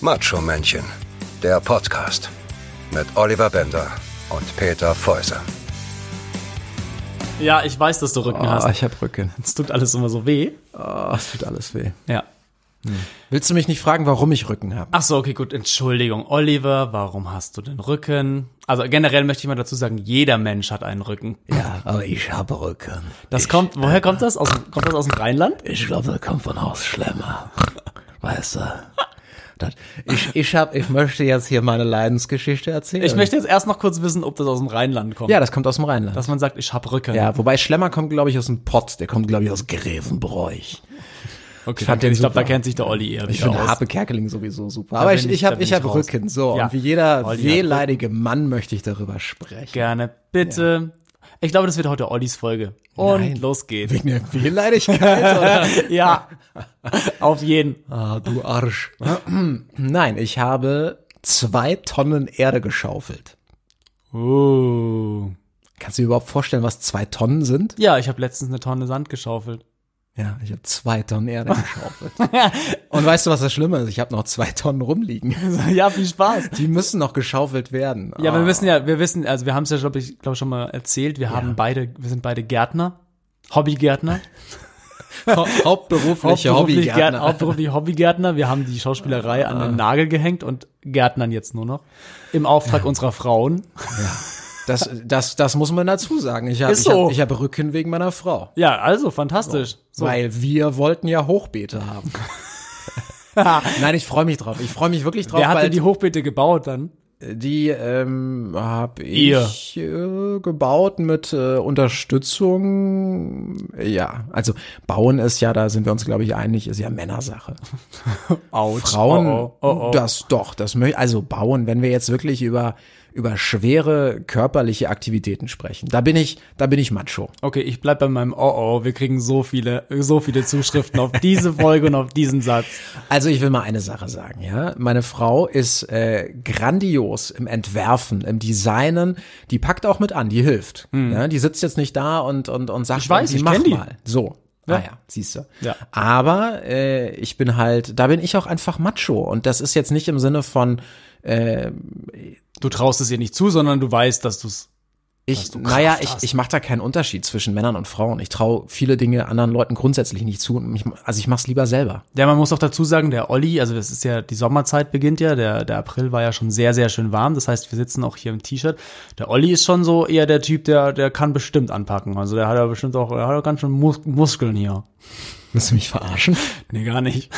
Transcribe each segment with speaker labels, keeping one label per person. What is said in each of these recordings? Speaker 1: Macho Männchen, der Podcast mit Oliver Bender und Peter Fäuser.
Speaker 2: Ja, ich weiß, dass du Rücken
Speaker 3: Ah,
Speaker 2: hast.
Speaker 3: ich habe Rücken.
Speaker 2: Es tut alles immer so weh.
Speaker 3: Ah, es tut alles weh.
Speaker 2: Ja.
Speaker 3: Willst du mich nicht fragen, warum ich Rücken habe?
Speaker 2: Ach so, okay, gut. Entschuldigung, Oliver, warum hast du den Rücken? Also generell möchte ich mal dazu sagen, jeder Mensch hat einen Rücken.
Speaker 3: Ja, aber ich habe Rücken.
Speaker 2: Das kommt,
Speaker 3: äh,
Speaker 2: woher kommt das? Aus, dem- kommt das aus dem Rheinland?
Speaker 3: Ich glaube, das kommt von Horst Schlemmer. Weißt du? Das, ich, ich, hab, ich möchte jetzt hier meine Leidensgeschichte erzählen.
Speaker 2: Ich möchte jetzt erst noch kurz wissen, ob das aus dem Rheinland kommt.
Speaker 3: ja, das kommt aus dem Rheinland.
Speaker 2: Dass man sagt, ich hab Rücken.
Speaker 3: ja, wobei Schlemmer kommt, glaube ich, aus dem Pott. Der kommt, glaube ich, aus Grevenbräuch.
Speaker 2: okay.
Speaker 3: ich fand
Speaker 2: dann-
Speaker 3: den
Speaker 2: ich glaube, da
Speaker 3: super.
Speaker 2: kennt sich der Olli eher
Speaker 3: Ich
Speaker 2: wieder
Speaker 3: finde
Speaker 2: aus.
Speaker 3: Harpe Kerkeling sowieso super. Aber
Speaker 2: bin
Speaker 3: ich,
Speaker 2: ich-
Speaker 3: ich
Speaker 2: da
Speaker 3: habe
Speaker 2: bin
Speaker 3: ich hab
Speaker 2: ich raus.
Speaker 3: Rücken. So,
Speaker 2: Ja.
Speaker 3: und wie jeder
Speaker 2: Olli hat
Speaker 3: wehleidige Mann möchte ich darüber sprechen.
Speaker 2: Gerne, bitte. Ich glaube, das wird heute Ollis Folge. Und
Speaker 3: Nein.
Speaker 2: los geht's.
Speaker 3: Wegen der Wehleidigkeit? oder?
Speaker 2: ja, auf jeden.
Speaker 3: Ah, du Arsch. Nein, ich habe zwei Tonnen Erde geschaufelt. Uh.
Speaker 2: Oh.
Speaker 3: Kannst du dir überhaupt vorstellen, was zwei Tonnen sind?
Speaker 2: Ja, ich habe letztens eine Tonne Sand geschaufelt.
Speaker 3: Ja, ich habe zwei Tonnen Erde geschaufelt. Und weißt du, was das Schlimme ist? Ich habe noch zwei Tonnen rumliegen.
Speaker 2: ja, viel Spaß.
Speaker 3: Die müssen noch geschaufelt werden.
Speaker 2: Ja,
Speaker 3: Ah.
Speaker 2: wir wissen ja, wir wissen, also wir haben es ja, glaube ich, glaub schon mal erzählt, wir haben beide, wir sind beide Gärtner, Hobbygärtner,
Speaker 3: Hau-
Speaker 2: Hauptberuflich
Speaker 3: hauptberufliche
Speaker 2: Gär-
Speaker 3: Hobbygärtner. Ah.
Speaker 2: hauptberuflich Hobbygärtner. Wir haben die Schauspielerei an den Nagel gehängt und Gärtnern jetzt nur noch. Im Auftrag unserer Frauen.
Speaker 3: Das, das, das muss man dazu sagen. Ich habe
Speaker 2: Ist
Speaker 3: ich hab,
Speaker 2: so.
Speaker 3: ich hab Rücken wegen meiner Frau.
Speaker 2: Ja, also fantastisch. So.
Speaker 3: Weil wir wollten ja Hochbeete haben. Nein, ich freue mich drauf. Ich freue mich wirklich drauf.
Speaker 2: Wer hat
Speaker 3: weil
Speaker 2: denn die Hochbeete gebaut dann?
Speaker 3: Die ähm, habe
Speaker 2: Ihr.
Speaker 3: ich äh, gebaut mit äh, Unterstützung. Ja, also bauen ist ja, da sind wir uns, glaube ich, einig, ist ja Männersache.
Speaker 2: Autsch.
Speaker 3: Frauen,
Speaker 2: Oh, oh, oh, oh.
Speaker 3: das doch, das möchte also bauen, wenn wir jetzt wirklich über über schwere körperliche Aktivitäten sprechen. Da bin ich, da bin ich macho.
Speaker 2: Okay, ich bleib bei meinem Oh oh, wir kriegen so viele, so viele Zuschriften auf diese Folge und auf diesen Satz.
Speaker 3: Also ich will mal eine Sache sagen, ja. Meine Frau ist äh, grandios im Entwerfen, im Designen. Die packt auch mit an, die hilft. Ja, die sitzt jetzt nicht da und und und sagt,
Speaker 2: Hm. Ich weiß,
Speaker 3: sie
Speaker 2: ich
Speaker 3: mach
Speaker 2: kenn die."
Speaker 3: mal. So.
Speaker 2: Ja.
Speaker 3: Ja. Ah ja, siehst du.
Speaker 2: Ja.
Speaker 3: Aber äh, ich bin halt, da bin ich auch einfach macho. Und das ist jetzt nicht im Sinne von,
Speaker 2: Du traust es ihr nicht zu, sondern du weißt, dass du's.
Speaker 3: ich,
Speaker 2: Kraft
Speaker 3: naja, ich,
Speaker 2: hast.
Speaker 3: ich mache da keinen Unterschied zwischen Männern und Frauen. Ich traue viele Dinge anderen Leuten grundsätzlich nicht zu. Und mich, also ich mach's lieber selber.
Speaker 2: Ja, man muss auch dazu sagen, der Olli, also das ist ja, die Sommerzeit beginnt ja, der, der April war ja schon sehr, sehr schön warm, das heißt, wir sitzen auch hier im T-Shirt. Der Olli ist schon so eher der Typ, der, der kann bestimmt anpacken, also der hat ja bestimmt auch, der hat ja ganz schön Mus Muskeln hier.
Speaker 3: Willst du mich verarschen?
Speaker 2: Nee, gar nicht.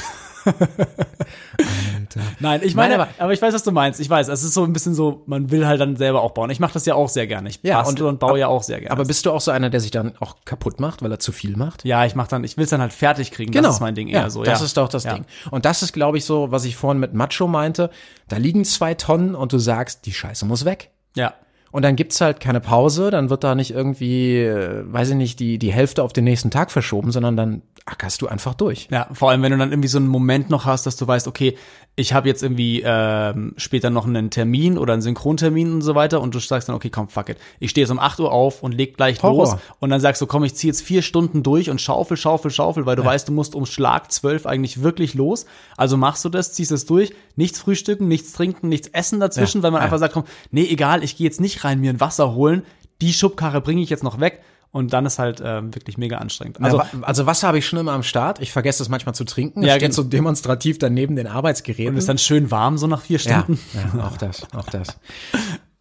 Speaker 2: Nein, ich meine,
Speaker 3: Nein,
Speaker 2: aber, ich weiß, was du meinst. Ich weiß, es ist so ein bisschen so, man will halt dann selber auch bauen. Ich mache das ja auch sehr gerne. Ich
Speaker 3: Ja,
Speaker 2: bastel und,
Speaker 3: und-
Speaker 2: baue ja auch sehr gerne.
Speaker 3: Aber bist du auch so einer, der sich dann auch kaputt macht, weil er zu viel macht?
Speaker 2: ja, ich mache dann, ich will's dann halt fertig kriegen. Das ist mein Ding
Speaker 3: Genau. ja,
Speaker 2: eher so.
Speaker 3: Das
Speaker 2: ja.
Speaker 3: ist doch das
Speaker 2: ja.
Speaker 3: Ding. Und das ist, glaube ich, so, was ich vorhin mit Macho meinte. Da liegen zwei Tonnen und du sagst, die Scheiße muss weg.
Speaker 2: Ja.
Speaker 3: Und dann gibt's halt keine Pause, dann wird da nicht irgendwie, äh, weiß ich nicht, die, die Hälfte auf den nächsten Tag verschoben, sondern dann ackerst du einfach durch.
Speaker 2: Ja, vor allem, wenn du dann irgendwie so einen Moment noch hast, dass du weißt, okay, ich habe jetzt irgendwie ähm, später noch einen Termin oder einen Synchrontermin und so weiter und du sagst dann, okay, komm, fuck it. Ich stehe jetzt um 8 Uhr auf und leg gleich
Speaker 3: Horror.
Speaker 2: los und dann sagst du, komm, ich ziehe jetzt vier Stunden durch und schaufel, schaufel, schaufel, weil du weißt, du musst um Schlag 12 eigentlich wirklich los. Also machst du das, ziehst es durch, nichts frühstücken, nichts trinken, nichts essen dazwischen, weil man einfach sagt, komm, nee, egal, ich gehe jetzt nicht rein, mir ein Wasser holen, die Schubkarre bringe ich jetzt noch weg. Und dann ist halt ähm, wirklich mega anstrengend.
Speaker 3: Also,
Speaker 2: Also,
Speaker 3: also Wasser habe ich schon immer am Start. Ich vergesse das manchmal zu trinken. Ich
Speaker 2: Ja,
Speaker 3: stehe
Speaker 2: genau.
Speaker 3: so demonstrativ daneben den
Speaker 2: und
Speaker 3: Arbeitsgeräten.
Speaker 2: ist dann schön warm, so nach vier
Speaker 3: Ja,
Speaker 2: Stunden.
Speaker 3: ja, auch das, auch das.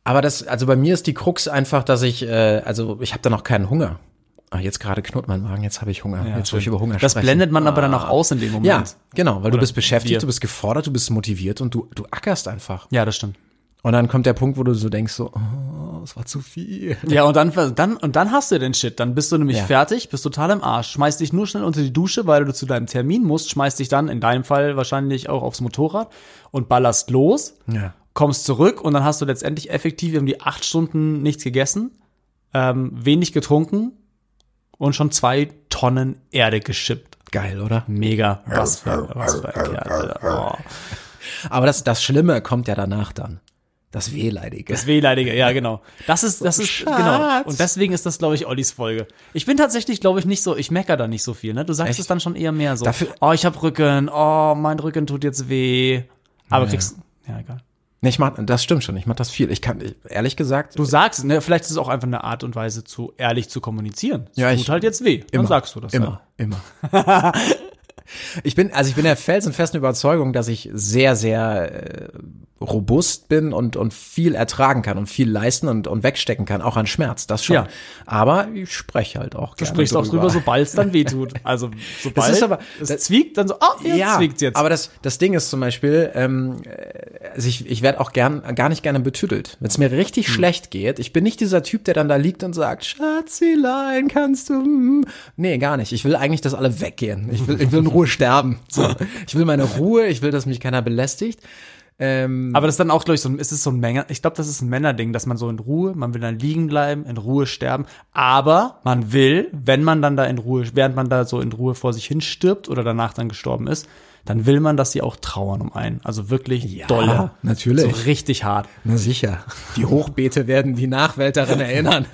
Speaker 3: Aber das, also bei mir ist die Krux einfach, dass ich, äh, also ich habe da noch keinen Hunger. Ah, jetzt gerade knurrt mein Magen, jetzt habe ich Hunger. jetzt wo ich über Hunger
Speaker 2: Das
Speaker 3: spreche.
Speaker 2: blendet man aber dann auch aus in dem Moment.
Speaker 3: Ah. Ja, genau, weil du bist beschäftigt,
Speaker 2: wir.
Speaker 3: du bist gefordert, du bist motiviert und du, du ackerst einfach.
Speaker 2: Ja, das stimmt.
Speaker 3: Und dann kommt der Punkt, wo du so denkst, so, oh, es war zu viel.
Speaker 2: Ja, und dann, dann, und dann hast du den Shit. Dann bist du nämlich
Speaker 3: Ja.
Speaker 2: fertig, bist total im Arsch, schmeißt dich nur schnell unter die Dusche, weil du zu deinem Termin musst, schmeißt dich dann in deinem Fall wahrscheinlich auch aufs Motorrad und ballerst los,
Speaker 3: Ja.
Speaker 2: kommst zurück und dann hast du letztendlich effektiv irgendwie acht Stunden nichts gegessen, ähm, wenig getrunken und schon zwei Tonnen Erde geschippt.
Speaker 3: Geil, oder?
Speaker 2: Mega. Was für, was für ein Kerl, Alter. Oh.
Speaker 3: Aber das, das Schlimme kommt ja danach dann. Das Wehleidige.
Speaker 2: Das Wehleidige, ja, genau. Das ist, das ist,
Speaker 3: Schatz.
Speaker 2: genau. Und deswegen ist das, glaube ich, Ollis Folge. Ich bin tatsächlich, glaube ich, nicht so, ich mecker da nicht so viel, ne? Du sagst es dann schon eher mehr so.
Speaker 3: Dafür-
Speaker 2: oh, ich hab Rücken, oh, mein Rücken tut jetzt weh. Aber kriegst, ja, egal.
Speaker 3: Nee, ich mach, das stimmt schon, ich mach das viel. Ich kann, ich, ehrlich gesagt,
Speaker 2: Du sagst, ne, vielleicht ist es auch einfach eine Art und Weise, zu ehrlich zu kommunizieren. Es
Speaker 3: Ja, ich-
Speaker 2: tut halt jetzt weh. Dann
Speaker 3: immer,
Speaker 2: sagst du das
Speaker 3: Immer,
Speaker 2: Halt.
Speaker 3: immer. ich bin, also ich bin der felsenfesten Überzeugung, dass ich sehr, sehr äh, robust bin und, und viel ertragen kann und viel leisten und, und wegstecken kann, auch an Schmerz, das schon.
Speaker 2: Ja.
Speaker 3: Aber ich spreche halt auch
Speaker 2: Du
Speaker 3: gerne
Speaker 2: sprichst auch drüber, sobald es dann weh tut. Also, sobald
Speaker 3: ist aber-
Speaker 2: es
Speaker 3: das-
Speaker 2: zwiegt, dann so, ah, jetzt
Speaker 3: ja,
Speaker 2: zwiegt jetzt.
Speaker 3: aber das, das Ding ist zum Beispiel, ähm, also ich, ich werde auch gern, gar nicht gerne betüdelt. Wenn es mir richtig
Speaker 2: Hm.
Speaker 3: schlecht geht, ich bin nicht dieser Typ, der dann da liegt und sagt, Schatzilein, kannst du, mm?" nee, gar nicht. Ich will eigentlich, dass alle weggehen. Ich will, ich will in Ruhe sterben. So. Ich will meine Ruhe, ich will, dass mich keiner belästigt.
Speaker 2: Aber das ist dann auch, glaube ich, so ein, ist es so ein Männer, ich glaube, das ist ein Männerding, dass man so in Ruhe, man will dann liegen bleiben, in Ruhe sterben, aber man will, wenn man dann da in Ruhe, während man da so in Ruhe vor sich hin stirbt oder danach dann gestorben ist, dann will man, dass sie auch trauern um einen. Also wirklich dolle.
Speaker 3: natürlich.
Speaker 2: So richtig hart.
Speaker 3: Na sicher. Die Hochbeete werden die Nachwelt daran erinnern.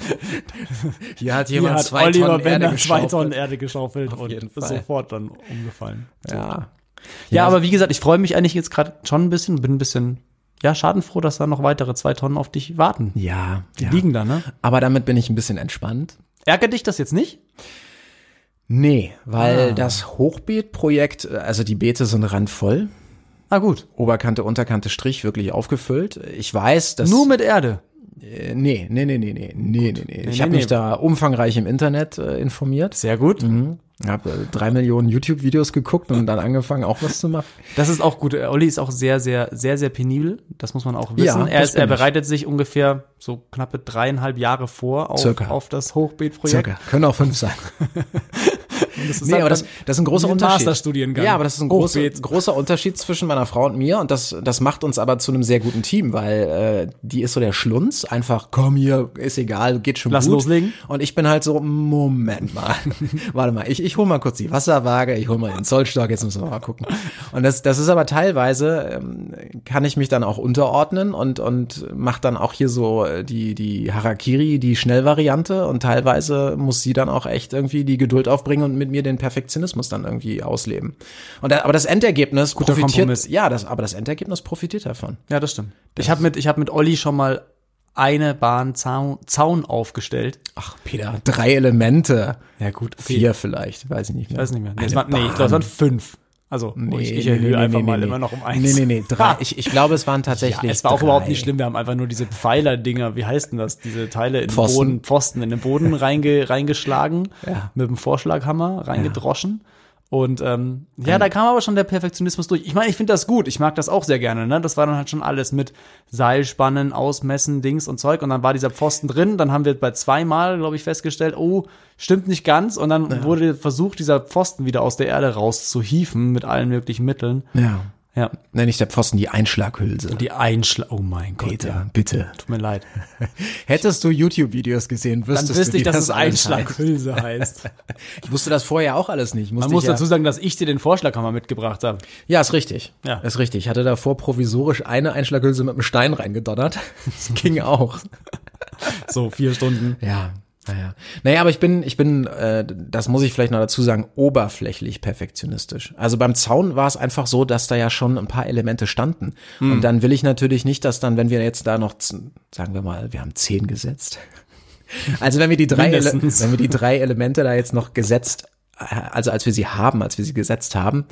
Speaker 3: Hier hat jemand zwei, Tonnen Erde
Speaker 2: zwei
Speaker 3: geschaufelt.
Speaker 2: Tonnen Erde geschaufelt und
Speaker 3: jeden
Speaker 2: ist
Speaker 3: Fall.
Speaker 2: sofort dann umgefallen.
Speaker 3: Ja.
Speaker 2: Ja, aber wie gesagt, ich freue mich eigentlich jetzt gerade schon ein bisschen, bin ein bisschen, ja, schadenfroh, dass da noch weitere zwei Tonnen auf dich warten.
Speaker 3: Ja,
Speaker 2: Die
Speaker 3: ja.
Speaker 2: liegen da, ne?
Speaker 3: Aber damit bin ich ein bisschen entspannt.
Speaker 2: Ärgert dich das jetzt nicht?
Speaker 3: Nee,
Speaker 2: Ah.
Speaker 3: weil das Hochbeetprojekt, also die Beete sind randvoll,
Speaker 2: Na gut.
Speaker 3: Oberkante, Unterkante, Strich wirklich aufgefüllt. Ich weiß, dass
Speaker 2: Nur mit Erde.
Speaker 3: äh, nee, nee, nee, nee, nee, nee, nee, nee. Ich
Speaker 2: Nee,
Speaker 3: habe
Speaker 2: nee,
Speaker 3: mich
Speaker 2: nee.
Speaker 3: da umfangreich im Internet äh, informiert.
Speaker 2: Sehr gut.
Speaker 3: Ich habe äh, drei Millionen YouTube-Videos geguckt und dann angefangen, auch was zu machen.
Speaker 2: Das ist auch gut. Olli ist auch sehr, sehr, sehr, sehr penibel. Das muss man auch wissen.
Speaker 3: Ja,
Speaker 2: er,
Speaker 3: das
Speaker 2: ist, er
Speaker 3: bin ich.
Speaker 2: bereitet sich ungefähr so knappe dreieinhalb Jahre vor auf,
Speaker 3: Circa.
Speaker 2: auf das Hochbeetprojekt.
Speaker 3: Circa. Können auch fünf sein.
Speaker 2: Das ist
Speaker 3: Nee,
Speaker 2: halt
Speaker 3: aber das,
Speaker 2: dann
Speaker 3: das ist ein großer
Speaker 2: wie ein
Speaker 3: Unterschied.
Speaker 2: Masterstudiengang.
Speaker 3: Ja, aber das ist ein großer,
Speaker 2: Hochbeet.
Speaker 3: großer Unterschied zwischen meiner Frau und mir und das, das macht uns aber zu einem sehr guten Team, weil äh, die ist so der Schlunz, einfach komm hier, ist egal, geht schon
Speaker 2: Lass
Speaker 3: gut.
Speaker 2: loslegen.
Speaker 3: Und ich bin halt so, Moment mal, warte mal, ich, ich hol mal kurz die Wasserwaage, ich hol mal den Zollstock, jetzt müssen wir mal gucken. Und das, das ist aber teilweise, ähm, kann ich mich dann auch unterordnen und, und mach dann auch hier so äh, die, die Harakiri, die Schnellvariante und teilweise muss sie dann auch echt irgendwie die Geduld aufbringen und mit mir den Perfektionismus dann irgendwie ausleben. Und da, aber das Endergebnis profitiert,
Speaker 2: Kompromiss.
Speaker 3: ja, das, aber das Endergebnis profitiert davon.
Speaker 2: Ja, das stimmt. ich habe mit, ich hab mit Olli schon mal eine Bahn Zaun, Zaun aufgestellt.
Speaker 3: Ach, Peter, drei Elemente.
Speaker 2: Ja, gut.
Speaker 3: Vier vielleicht, weiß ich nicht mehr.
Speaker 2: Ich weiß nicht mehr. Nee,
Speaker 3: Eine
Speaker 2: es waren, nee ich glaube, es waren fünf. Also,
Speaker 3: Nee,
Speaker 2: ich, ich
Speaker 3: nee,
Speaker 2: erhöhe
Speaker 3: nee,
Speaker 2: einfach
Speaker 3: nee,
Speaker 2: mal
Speaker 3: nee.
Speaker 2: immer noch um eins.
Speaker 3: Nee, nee, nee, drei. Ich, ich glaube, es waren
Speaker 2: Ja,
Speaker 3: tatsächlich
Speaker 2: es war auch
Speaker 3: drei.
Speaker 2: überhaupt nicht schlimm. Wir haben einfach nur diese Pfeiler-Dinger, wie heißt denn das? Diese Teile in den
Speaker 3: Pfosten.
Speaker 2: Boden, Pfosten in den Boden reinge, reingeschlagen,
Speaker 3: Ja.
Speaker 2: mit dem Vorschlaghammer reingedroschen. Und ähm, ja, da kam aber schon der Perfektionismus durch. Ich meine, ich finde das gut. Ich mag das auch sehr gerne. Ne? Das war dann halt schon alles mit Seilspannen, Ausmessen, Dings und Zeug. Und dann war dieser Pfosten drin. Dann haben wir bei zweimal, glaube ich, festgestellt, oh, stimmt nicht ganz. Und dann wurde versucht, dieser Pfosten wieder aus der Erde rauszuhieven mit allen möglichen Mitteln.
Speaker 3: Ja.
Speaker 2: Ja,
Speaker 3: Nenn ich der Pfosten die Einschlaghülse.
Speaker 2: die Einschlag. Oh mein Gott, ja.
Speaker 3: Peter, bitte.
Speaker 2: Tut mir leid.
Speaker 3: Hättest du YouTube-Videos gesehen, wüsstest
Speaker 2: Dann wüsste
Speaker 3: du,
Speaker 2: ich,
Speaker 3: wie
Speaker 2: dass
Speaker 3: das
Speaker 2: es
Speaker 3: alles heißt.
Speaker 2: Einschlaghülse heißt.
Speaker 3: Ich wusste das vorher auch alles nicht. Musste
Speaker 2: Man muss
Speaker 3: ich ja,
Speaker 2: dazu sagen, dass ich dir den Vorschlaghammer mitgebracht habe.
Speaker 3: Ja, ist richtig.
Speaker 2: Ja.
Speaker 3: Ist richtig. Ich hatte davor provisorisch eine Einschlaghülse mit einem Stein reingedonnert. Das ging auch.
Speaker 2: So vier Stunden.
Speaker 3: Ja, naja. Naja, aber ich bin, ich bin, äh, das muss ich vielleicht noch dazu sagen, oberflächlich perfektionistisch. Also beim Zaun war es einfach so, dass da ja schon ein paar Elemente standen. Und dann will ich natürlich nicht, dass dann, wenn wir jetzt da noch, z- sagen wir mal, wir haben zehn gesetzt. Also wenn wir die drei, Ele
Speaker 2: Mindestens.
Speaker 3: wenn wir die drei Elemente da jetzt noch gesetzt, äh, also als wir sie haben, als wir sie gesetzt haben,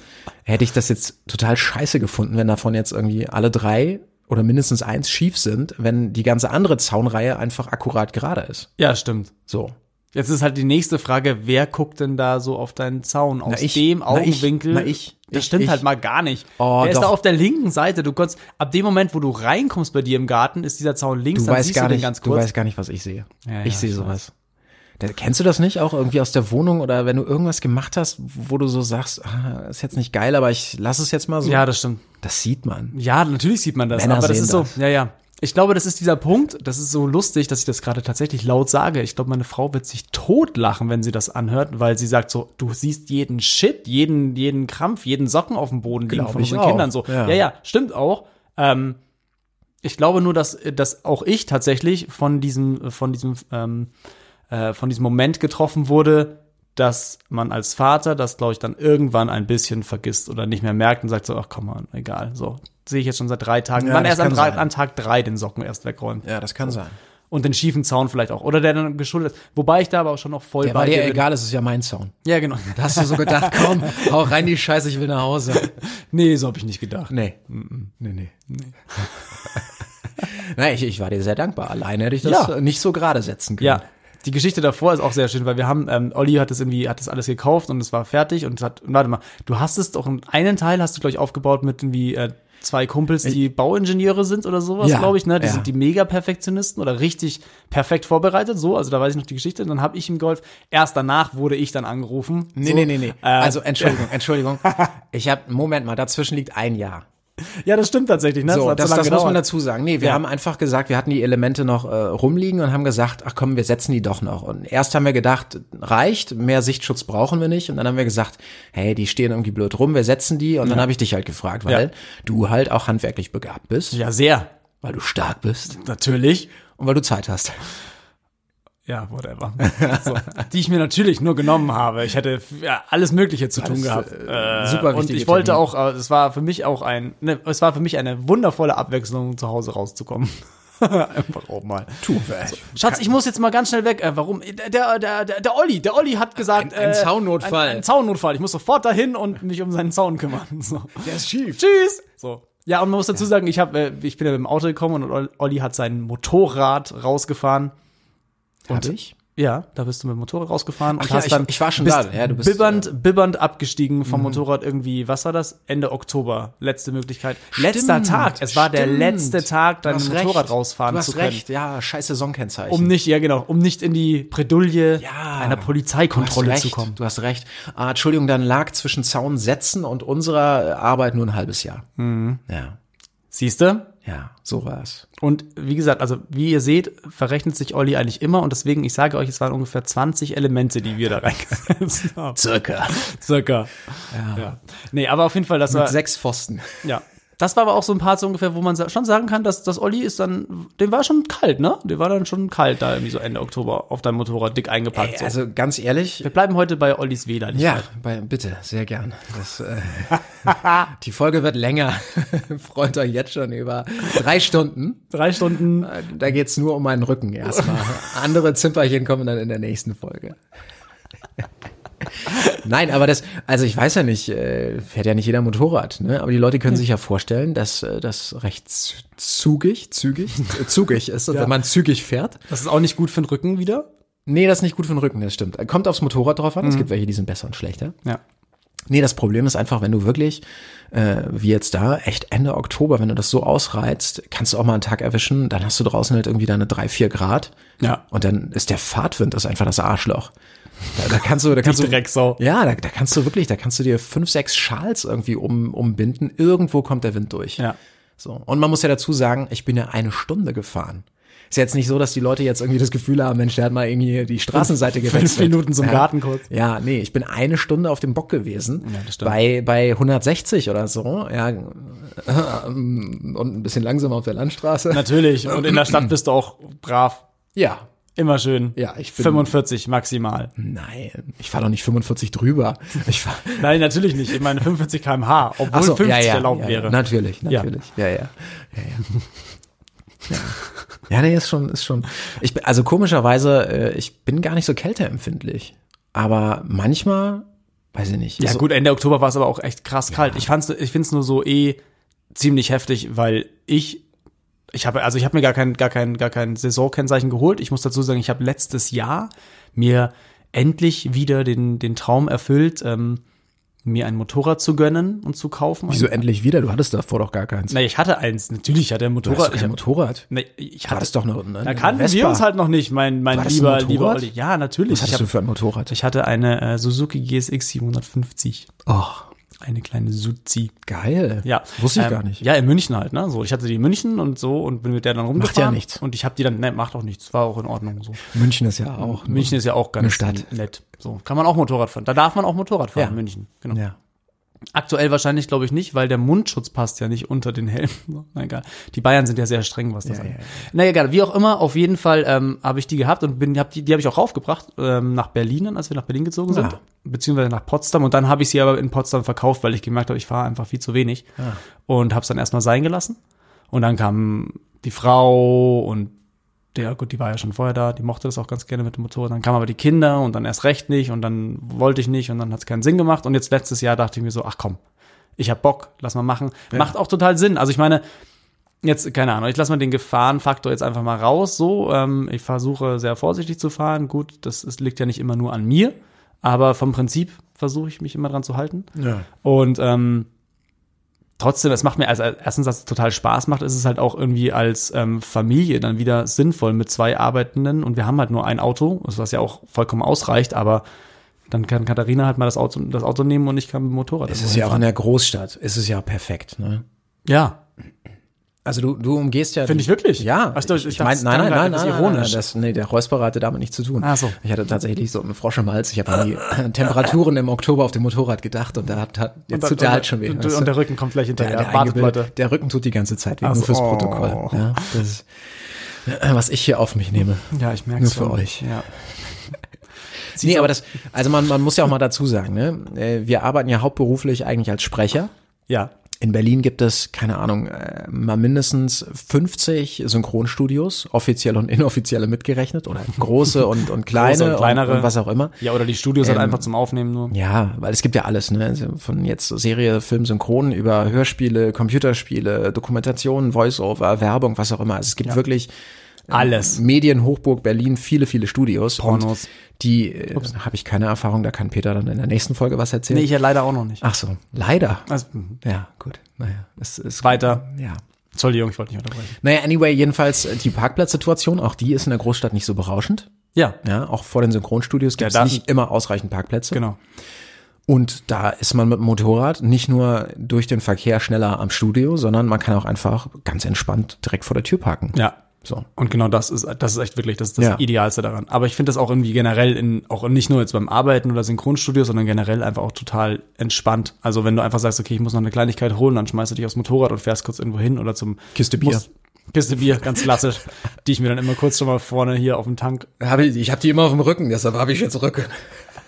Speaker 3: hätte ich das jetzt total scheiße gefunden, wenn davon jetzt irgendwie alle drei oder mindestens eins schief sind, wenn die ganze andere Zaunreihe einfach akkurat gerade ist.
Speaker 2: Ja, stimmt.
Speaker 3: So.
Speaker 2: Jetzt ist halt die nächste Frage, wer guckt denn da so auf deinen Zaun aus
Speaker 3: ich,
Speaker 2: dem
Speaker 3: na, ich,
Speaker 2: Augenwinkel?
Speaker 3: na, ich,
Speaker 2: Das
Speaker 3: ich,
Speaker 2: stimmt
Speaker 3: ich.
Speaker 2: halt mal gar nicht.
Speaker 3: Oh,
Speaker 2: der ist
Speaker 3: doch.
Speaker 2: da auf der linken Seite. Du kannst ab dem Moment, wo du reinkommst bei dir im Garten, ist dieser Zaun links,
Speaker 3: Du
Speaker 2: dann
Speaker 3: weißt
Speaker 2: siehst
Speaker 3: gar
Speaker 2: du den
Speaker 3: nicht,
Speaker 2: ganz
Speaker 3: du
Speaker 2: kurz.
Speaker 3: weißt gar nicht, was ich sehe.
Speaker 2: Ja, ja,
Speaker 3: ich sehe
Speaker 2: ich
Speaker 3: sowas. Da, kennst du das nicht auch irgendwie aus der Wohnung oder wenn du irgendwas gemacht hast, wo du so sagst, ah, ist jetzt nicht geil, aber ich lass es jetzt mal so.
Speaker 2: ja, das stimmt.
Speaker 3: Das sieht man.
Speaker 2: Ja, natürlich sieht man das,
Speaker 3: Männer
Speaker 2: aber das
Speaker 3: sehen
Speaker 2: ist so,
Speaker 3: das.
Speaker 2: ja, ja. Ich glaube, das ist dieser Punkt, das ist so lustig, dass ich das gerade tatsächlich laut sage. Ich glaube, meine Frau wird sich totlachen, wenn sie das anhört, weil sie sagt so, du siehst jeden Shit, jeden, jeden Krampf, jeden Socken auf dem Boden liegen
Speaker 3: Glaub
Speaker 2: von
Speaker 3: ich
Speaker 2: unseren
Speaker 3: auch.
Speaker 2: Kindern so.
Speaker 3: Ja.
Speaker 2: Ja. ja, stimmt auch. Ähm, ich glaube nur, dass, dass auch ich tatsächlich von diesem, von diesem, ähm, äh, von diesem Moment getroffen wurde, dass man als Vater das, glaube ich, dann irgendwann ein bisschen vergisst oder nicht mehr merkt und sagt so, ach komm mal, egal. So, sehe ich jetzt schon seit drei Tagen.
Speaker 3: Ja,
Speaker 2: man
Speaker 3: das
Speaker 2: erst am,
Speaker 3: kann
Speaker 2: drei-
Speaker 3: sein.
Speaker 2: an Tag drei den Socken erst wegräumt.
Speaker 3: Ja, das kann sein.
Speaker 2: Und den schiefen Zaun vielleicht auch. Oder der dann geschuldet ist. Wobei ich da aber auch schon noch voll
Speaker 3: Der war
Speaker 2: bei
Speaker 3: dir
Speaker 2: bin.
Speaker 3: egal, es ist ja mein Sound.
Speaker 2: Ja, genau.
Speaker 3: Da hast du so gedacht, komm, hau rein die Scheiße, ich will nach Hause.
Speaker 2: Nee, so habe ich nicht gedacht.
Speaker 3: Nee. Nee, nee. Nein, ich, ich war dir sehr dankbar. Alleine hätte ich das
Speaker 2: Ja.
Speaker 3: äh, nicht so gerade setzen können.
Speaker 2: Ja. Die Geschichte davor ist auch sehr schön, weil wir haben, ähm, Olli hat das irgendwie, hat das alles gekauft und es war fertig und es hat, warte mal, du hast es doch, einen Teil hast du, glaube ich, aufgebaut mit irgendwie äh, zwei Kumpels, die Bauingenieure sind oder sowas,
Speaker 3: Ja,
Speaker 2: glaube ich, ne? Die
Speaker 3: ja.
Speaker 2: sind die Mega-Perfektionisten oder richtig perfekt vorbereitet, so, also da weiß ich noch die Geschichte. Und dann habe ich im Golf, erst danach wurde ich dann angerufen.
Speaker 3: Nee,
Speaker 2: so,
Speaker 3: nee, nee, nee.
Speaker 2: Äh,
Speaker 3: also Entschuldigung, Entschuldigung. Ich habe, Moment mal, dazwischen liegt ein Jahr.
Speaker 2: ja, das stimmt tatsächlich, ne?
Speaker 3: So,
Speaker 2: hat
Speaker 3: das,
Speaker 2: lange
Speaker 3: das muss man
Speaker 2: gedauert.
Speaker 3: dazu sagen. Nee, wir haben einfach gesagt, wir hatten die Elemente noch äh, rumliegen und haben gesagt, ach komm, wir setzen die doch noch. Und erst haben wir gedacht, reicht, mehr Sichtschutz brauchen wir nicht. Und dann haben wir gesagt, hey, die stehen irgendwie blöd rum, wir setzen die. Und dann habe ich dich halt gefragt, weil
Speaker 2: Ja.
Speaker 3: du halt auch handwerklich begabt bist,
Speaker 2: Ja, sehr.
Speaker 3: weil du stark bist
Speaker 2: Natürlich.
Speaker 3: und weil du Zeit hast.
Speaker 2: Ja, whatever. so. Die ich mir natürlich nur genommen habe. Ich hätte f- ja, alles Mögliche zu tun gehabt. Äh,
Speaker 3: super
Speaker 2: Und
Speaker 3: wichtige
Speaker 2: ich wollte
Speaker 3: Termine.
Speaker 2: auch, äh, es war für mich auch ein, ne, es war für mich eine wundervolle Abwechslung, zu Hause rauszukommen. Einfach auch mal.
Speaker 3: Du,
Speaker 2: Schatz, ich muss jetzt mal ganz schnell weg. Äh, warum? Der, der, der, der Olli, der Olli hat gesagt.
Speaker 3: Ein- ein
Speaker 2: äh,
Speaker 3: Zaunnotfall.
Speaker 2: Ein, ein Zaunnotfall. Ich muss sofort dahin und mich um seinen Zaun kümmern. So.
Speaker 3: der ist schief.
Speaker 2: Tschüss. So. Ja, und man muss dazu sagen, ich, hab, äh, ich bin ja mit dem Auto gekommen und Ol- Olli hat sein Motorrad rausgefahren.
Speaker 3: Hab ich?
Speaker 2: Ja, da bist du mit dem Motorrad rausgefahren
Speaker 3: Ach
Speaker 2: und
Speaker 3: ja,
Speaker 2: hast
Speaker 3: ich-
Speaker 2: dann
Speaker 3: ich war schon
Speaker 2: bist
Speaker 3: da. Ja, du bist- äh, Mhm.
Speaker 2: bibbernd, bibbernd abgestiegen vom Motorrad irgendwie, was war das? Ende Oktober, letzte Möglichkeit. Letzter Tag, es war der
Speaker 3: stimmt.
Speaker 2: letzte Tag,
Speaker 3: Du
Speaker 2: dein
Speaker 3: hast
Speaker 2: Motorrad
Speaker 3: recht.
Speaker 2: rausfahren
Speaker 3: du hast
Speaker 2: zu können.
Speaker 3: recht. Ja, scheiß Saisonkennzeichen.
Speaker 2: Um nicht, ja genau, um nicht in die Bredouille
Speaker 3: Ja.
Speaker 2: einer Polizeikontrolle
Speaker 3: du hast
Speaker 2: zu
Speaker 3: recht,
Speaker 2: kommen.
Speaker 3: Du hast recht. Ah, Entschuldigung, dann lag zwischen Zaunsätzen und unserer äh, Arbeit nur ein halbes Jahr.
Speaker 2: Mhm.
Speaker 3: Ja,
Speaker 2: Siehst du?
Speaker 3: ja, so war es.
Speaker 2: Und wie gesagt, also wie ihr seht, verrechnet sich Olli eigentlich immer und deswegen, ich sage euch, es waren ungefähr 20 Elemente, die wir da reingesetzt haben.
Speaker 3: Circa.
Speaker 2: Circa. Ja. Nee, aber auf jeden Fall, das war.
Speaker 3: Mit sechs Pfosten.
Speaker 2: Ja. Das war aber auch so ein Part so ungefähr, wo man sa- schon sagen kann, dass das Olli ist dann, dem war schon kalt, ne? Dem war dann schon kalt da irgendwie so Ende Oktober auf deinem Motorrad dick eingepackt.
Speaker 3: Ey,
Speaker 2: so.
Speaker 3: also ganz ehrlich.
Speaker 2: Wir bleiben heute bei Ollis Wederlichkeit.
Speaker 3: Ja, bei, bitte, sehr gern. Das, äh, die Folge wird länger. Freut euch jetzt schon über drei Stunden.
Speaker 2: Drei Stunden.
Speaker 3: Da geht's nur um meinen Rücken erstmal. Andere Zimperchen kommen dann in der nächsten Folge. Nein, aber das, also ich weiß ja nicht, äh, fährt ja nicht jeder Motorrad, ne? Aber die Leute können sich ja vorstellen, dass äh, das recht z- zugig, zügig, äh, zügig ist, und wenn man zügig fährt.
Speaker 2: Das ist auch nicht gut für den Rücken wieder.
Speaker 3: Nee, das ist nicht gut für den Rücken, das stimmt. Kommt aufs Motorrad drauf an, es gibt welche, die sind besser und schlechter.
Speaker 2: Ja.
Speaker 3: Nee, das Problem ist einfach, wenn du wirklich, äh, wie jetzt da, echt Ende Oktober, wenn du das so ausreizt, kannst du auch mal einen Tag erwischen, dann hast du draußen halt irgendwie deine drei, vier Grad.
Speaker 2: Ja.
Speaker 3: Und dann ist der Fahrtwind ist einfach das Arschloch. Da, da kannst du, da kannst du.
Speaker 2: Drecksau.
Speaker 3: Ja, da, da kannst du wirklich, da kannst du dir fünf, sechs Schals irgendwie um, umbinden. Irgendwo kommt der Wind durch.
Speaker 2: Ja.
Speaker 3: So. Und man muss ja dazu sagen, ich bin ja eine Stunde gefahren. Ist jetzt nicht so, dass die Leute jetzt irgendwie das Gefühl haben, Mensch, der hat mal irgendwie die Straßenseite
Speaker 2: Fünf
Speaker 3: gewechselt.
Speaker 2: Minuten zum
Speaker 3: ja.
Speaker 2: Garten kurz.
Speaker 3: Ja, nee, ich bin eine Stunde auf dem Bock gewesen.
Speaker 2: Ja, das stimmt.
Speaker 3: bei, bei 160 oder so. Ja, und ein bisschen langsamer auf der Landstraße.
Speaker 2: Natürlich. Und in der Stadt bist du auch brav.
Speaker 3: ja.
Speaker 2: Immer schön.
Speaker 3: Ja, ich bin-
Speaker 2: 45 maximal.
Speaker 3: Nein, ich fahre doch nicht 45 drüber. Ich fahr,
Speaker 2: Nein, natürlich nicht. Ich meine 45 km/h, obwohl
Speaker 3: Ach so,
Speaker 2: 50
Speaker 3: ja, ja,
Speaker 2: erlaubt
Speaker 3: ja,
Speaker 2: wäre.
Speaker 3: Ja, natürlich,
Speaker 2: Ja.
Speaker 3: natürlich. Ja, ja. Ja, ja. ja. ja nee, ist schon, ist schon. Ich bin, also komischerweise, äh, ich bin gar nicht so kälteempfindlich. Aber manchmal, weiß ich nicht.
Speaker 2: Ja,
Speaker 3: so,
Speaker 2: gut, Ende Oktober war es aber auch echt krass kalt. Ich fand's, ich find's nur so eh ziemlich heftig, weil ich, ich habe, also ich habe mir gar kein, gar kein, gar kein Saisonkennzeichen geholt. Ich muss dazu sagen, ich habe letztes Jahr mir endlich wieder den, den Traum erfüllt, ähm, mir ein Motorrad zu gönnen und zu kaufen.
Speaker 3: Wieso endlich wieder? Du hattest davor doch gar keins.
Speaker 2: Na, ich hatte eins. Natürlich hatte ein
Speaker 3: du hast
Speaker 2: Motorrad.
Speaker 3: doch
Speaker 2: Ich
Speaker 3: kein
Speaker 2: hab-
Speaker 3: Motorrad.
Speaker 2: Nee, ich
Speaker 3: Du
Speaker 2: hatte
Speaker 3: hattest doch eine, eine
Speaker 2: Da kannten
Speaker 3: Vespa.
Speaker 2: wir uns halt noch nicht, mein, mein
Speaker 3: hattest ein
Speaker 2: lieber,
Speaker 3: Motorrad?
Speaker 2: lieber Olli. Ja, natürlich.
Speaker 3: Was
Speaker 2: Ich,
Speaker 3: hattest du
Speaker 2: hab,
Speaker 3: für ein Motorrad?
Speaker 2: ich hatte eine äh, Suzuki GSX 750.
Speaker 3: oh,
Speaker 2: Eine kleine Suzi.
Speaker 3: geil.
Speaker 2: Ja.
Speaker 3: Wusste ich
Speaker 2: Ähm,
Speaker 3: gar nicht.
Speaker 2: Ja, in München halt, ne? So, ich hatte die in München und so und bin mit der dann rumgefahren.
Speaker 3: ja nichts.
Speaker 2: Und ich habe die dann, ne, macht auch nichts, war auch in Ordnung so.
Speaker 3: München ist ja auch.
Speaker 2: München ist ja auch ganz
Speaker 3: eine Stadt.
Speaker 2: nett. So, kann man auch Motorrad fahren. Da darf man auch Motorrad fahren
Speaker 3: Ja.
Speaker 2: in München. Genau.
Speaker 3: Ja.
Speaker 2: Aktuell wahrscheinlich, glaube ich, nicht, weil der Mundschutz passt ja nicht unter den Helm. Na egal. Die Bayern sind ja sehr streng, was das
Speaker 3: Ja,
Speaker 2: angeht.
Speaker 3: ja,
Speaker 2: Na egal, wie auch immer, auf jeden Fall ähm, habe ich die gehabt und bin, hab die, die habe ich auch raufgebracht ähm, nach Berlin, dann, als wir nach Berlin gezogen sind,
Speaker 3: Ah.
Speaker 2: beziehungsweise nach Potsdam. Und dann habe ich sie aber in Potsdam verkauft, weil ich gemerkt habe, ich fahre einfach viel zu wenig
Speaker 3: Ah.
Speaker 2: und habe es dann erstmal sein gelassen. Und dann kam die Frau und der, gut, die war ja schon vorher da, die mochte das auch ganz gerne mit dem Motorrad. Dann kamen aber die Kinder und dann erst recht nicht und dann wollte ich nicht und dann hat es keinen Sinn gemacht. Und jetzt letztes Jahr dachte ich mir so, ach komm, ich hab Bock, lass mal machen. Macht auch total Sinn. Also ich meine, jetzt, keine Ahnung, ich lasse mal den Gefahrenfaktor jetzt einfach mal raus. So, ähm, ich versuche sehr vorsichtig zu fahren. Gut, das ist, liegt ja nicht immer nur an mir, aber vom Prinzip versuche ich mich immer dran zu halten.
Speaker 3: Ja.
Speaker 2: Und ähm, trotzdem, es macht mir, also erstens, dass es total Spaß macht, ist es halt auch irgendwie als ähm, Familie dann wieder sinnvoll mit zwei Arbeitenden und wir haben halt nur ein Auto, also was ja auch vollkommen ausreicht, aber dann kann Katharina halt mal das Auto, das Auto nehmen und ich kann mit dem Motorrad.
Speaker 3: Es
Speaker 2: irgendwo
Speaker 3: ist ja auch in
Speaker 2: hinfahren.
Speaker 3: der Großstadt, ist es ja perfekt, ne?
Speaker 2: Ja,
Speaker 3: Also du, du umgehst ja.
Speaker 2: Finde ich wirklich?
Speaker 3: Ja.
Speaker 2: Ach so, ich-
Speaker 3: ich
Speaker 2: ich
Speaker 3: meine,
Speaker 2: dachte,
Speaker 3: nein, nein,
Speaker 2: Standard
Speaker 3: nein,
Speaker 2: ist
Speaker 3: nein, nein,
Speaker 2: ironisch.
Speaker 3: nein, das, nee, der Räusperer hatte damit nichts zu tun.
Speaker 2: Ach so.
Speaker 3: Ich hatte tatsächlich so einen Frosch im Hals. Ich habe an die äh, Temperaturen im Oktober auf dem Motorrad gedacht und da hat, hat jetzt
Speaker 2: Und
Speaker 3: tut
Speaker 2: dann-
Speaker 3: der halt schon weh.
Speaker 2: Und,
Speaker 3: weißt du?
Speaker 2: und der Rücken kommt gleich
Speaker 3: der,
Speaker 2: hinterher.
Speaker 3: der,
Speaker 2: Wartet,
Speaker 3: eingebildet-
Speaker 2: Leute.
Speaker 3: der Rücken tut die ganze Zeit weh,
Speaker 2: Ach so,
Speaker 3: nur fürs
Speaker 2: oh.
Speaker 3: Protokoll. Ja, das, äh, was ich hier auf mich nehme.
Speaker 2: Ja, ich merke
Speaker 3: Nur
Speaker 2: es.
Speaker 3: für euch.
Speaker 2: Ja.
Speaker 3: Nee, aber das, also man, man muss ja auch mal dazu sagen, ne? Äh, Wir arbeiten ja hauptberuflich eigentlich als Sprecher.
Speaker 2: ja.
Speaker 3: In Berlin gibt es, keine Ahnung, äh, mal mindestens 50 Synchronstudios, offizielle und inoffizielle mitgerechnet oder große und, und kleine
Speaker 2: Große und kleinere.
Speaker 3: und, und was auch immer.
Speaker 2: Ja, oder die Studios halt einfach zum Aufnehmen nur.
Speaker 3: Ähm, Ja, weil es gibt ja alles, ne? Also Von jetzt Serie, Film, Synchron über Hörspiele, Computerspiele, Dokumentationen, Voice-Over, Werbung, was auch immer. Also es gibt wirklich
Speaker 2: Alles.
Speaker 3: Medienhochburg Berlin, viele, viele Studios.
Speaker 2: Pornos.
Speaker 3: Und die äh, habe ich keine Erfahrung, da kann Peter dann in der nächsten Folge was erzählen.
Speaker 2: Nee, ich ja leider auch noch nicht.
Speaker 3: Ach so, leider.
Speaker 2: Also,
Speaker 3: Ja, gut. Naja, es ist
Speaker 2: Weiter.
Speaker 3: Ja.
Speaker 2: Entschuldigung, ich wollte nicht unterbrechen.
Speaker 3: Naja, anyway, jedenfalls äh, die Parkplatzsituation, auch die ist in der Großstadt nicht so berauschend.
Speaker 2: Ja,
Speaker 3: Ja, auch vor den Synchronstudios gibt es
Speaker 2: da-
Speaker 3: nicht immer ausreichend Parkplätze.
Speaker 2: genau.
Speaker 3: Und da ist man mit dem Motorrad nicht nur durch den Verkehr schneller am Studio, sondern man kann auch einfach ganz entspannt direkt vor der Tür parken.
Speaker 2: Ja.
Speaker 3: So.
Speaker 2: Und genau das ist, das ist echt wirklich das, ist das
Speaker 3: Ja.
Speaker 2: Idealste daran. Aber ich finde das auch irgendwie generell in, auch nicht nur jetzt beim Arbeiten oder Synchronstudio, sondern generell einfach auch total entspannt. Also wenn du einfach sagst, okay, ich muss noch eine Kleinigkeit holen, dann schmeißt du dich aufs Motorrad und fährst kurz irgendwo hin oder zum
Speaker 3: Kiste Bier.
Speaker 2: Muss- Kiste Bier, ganz klassisch, die ich mir dann immer kurz schon mal vorne hier auf dem Tank,
Speaker 3: Hab ich ich habe die immer auf dem Rücken, deshalb habe ich jetzt Rücken.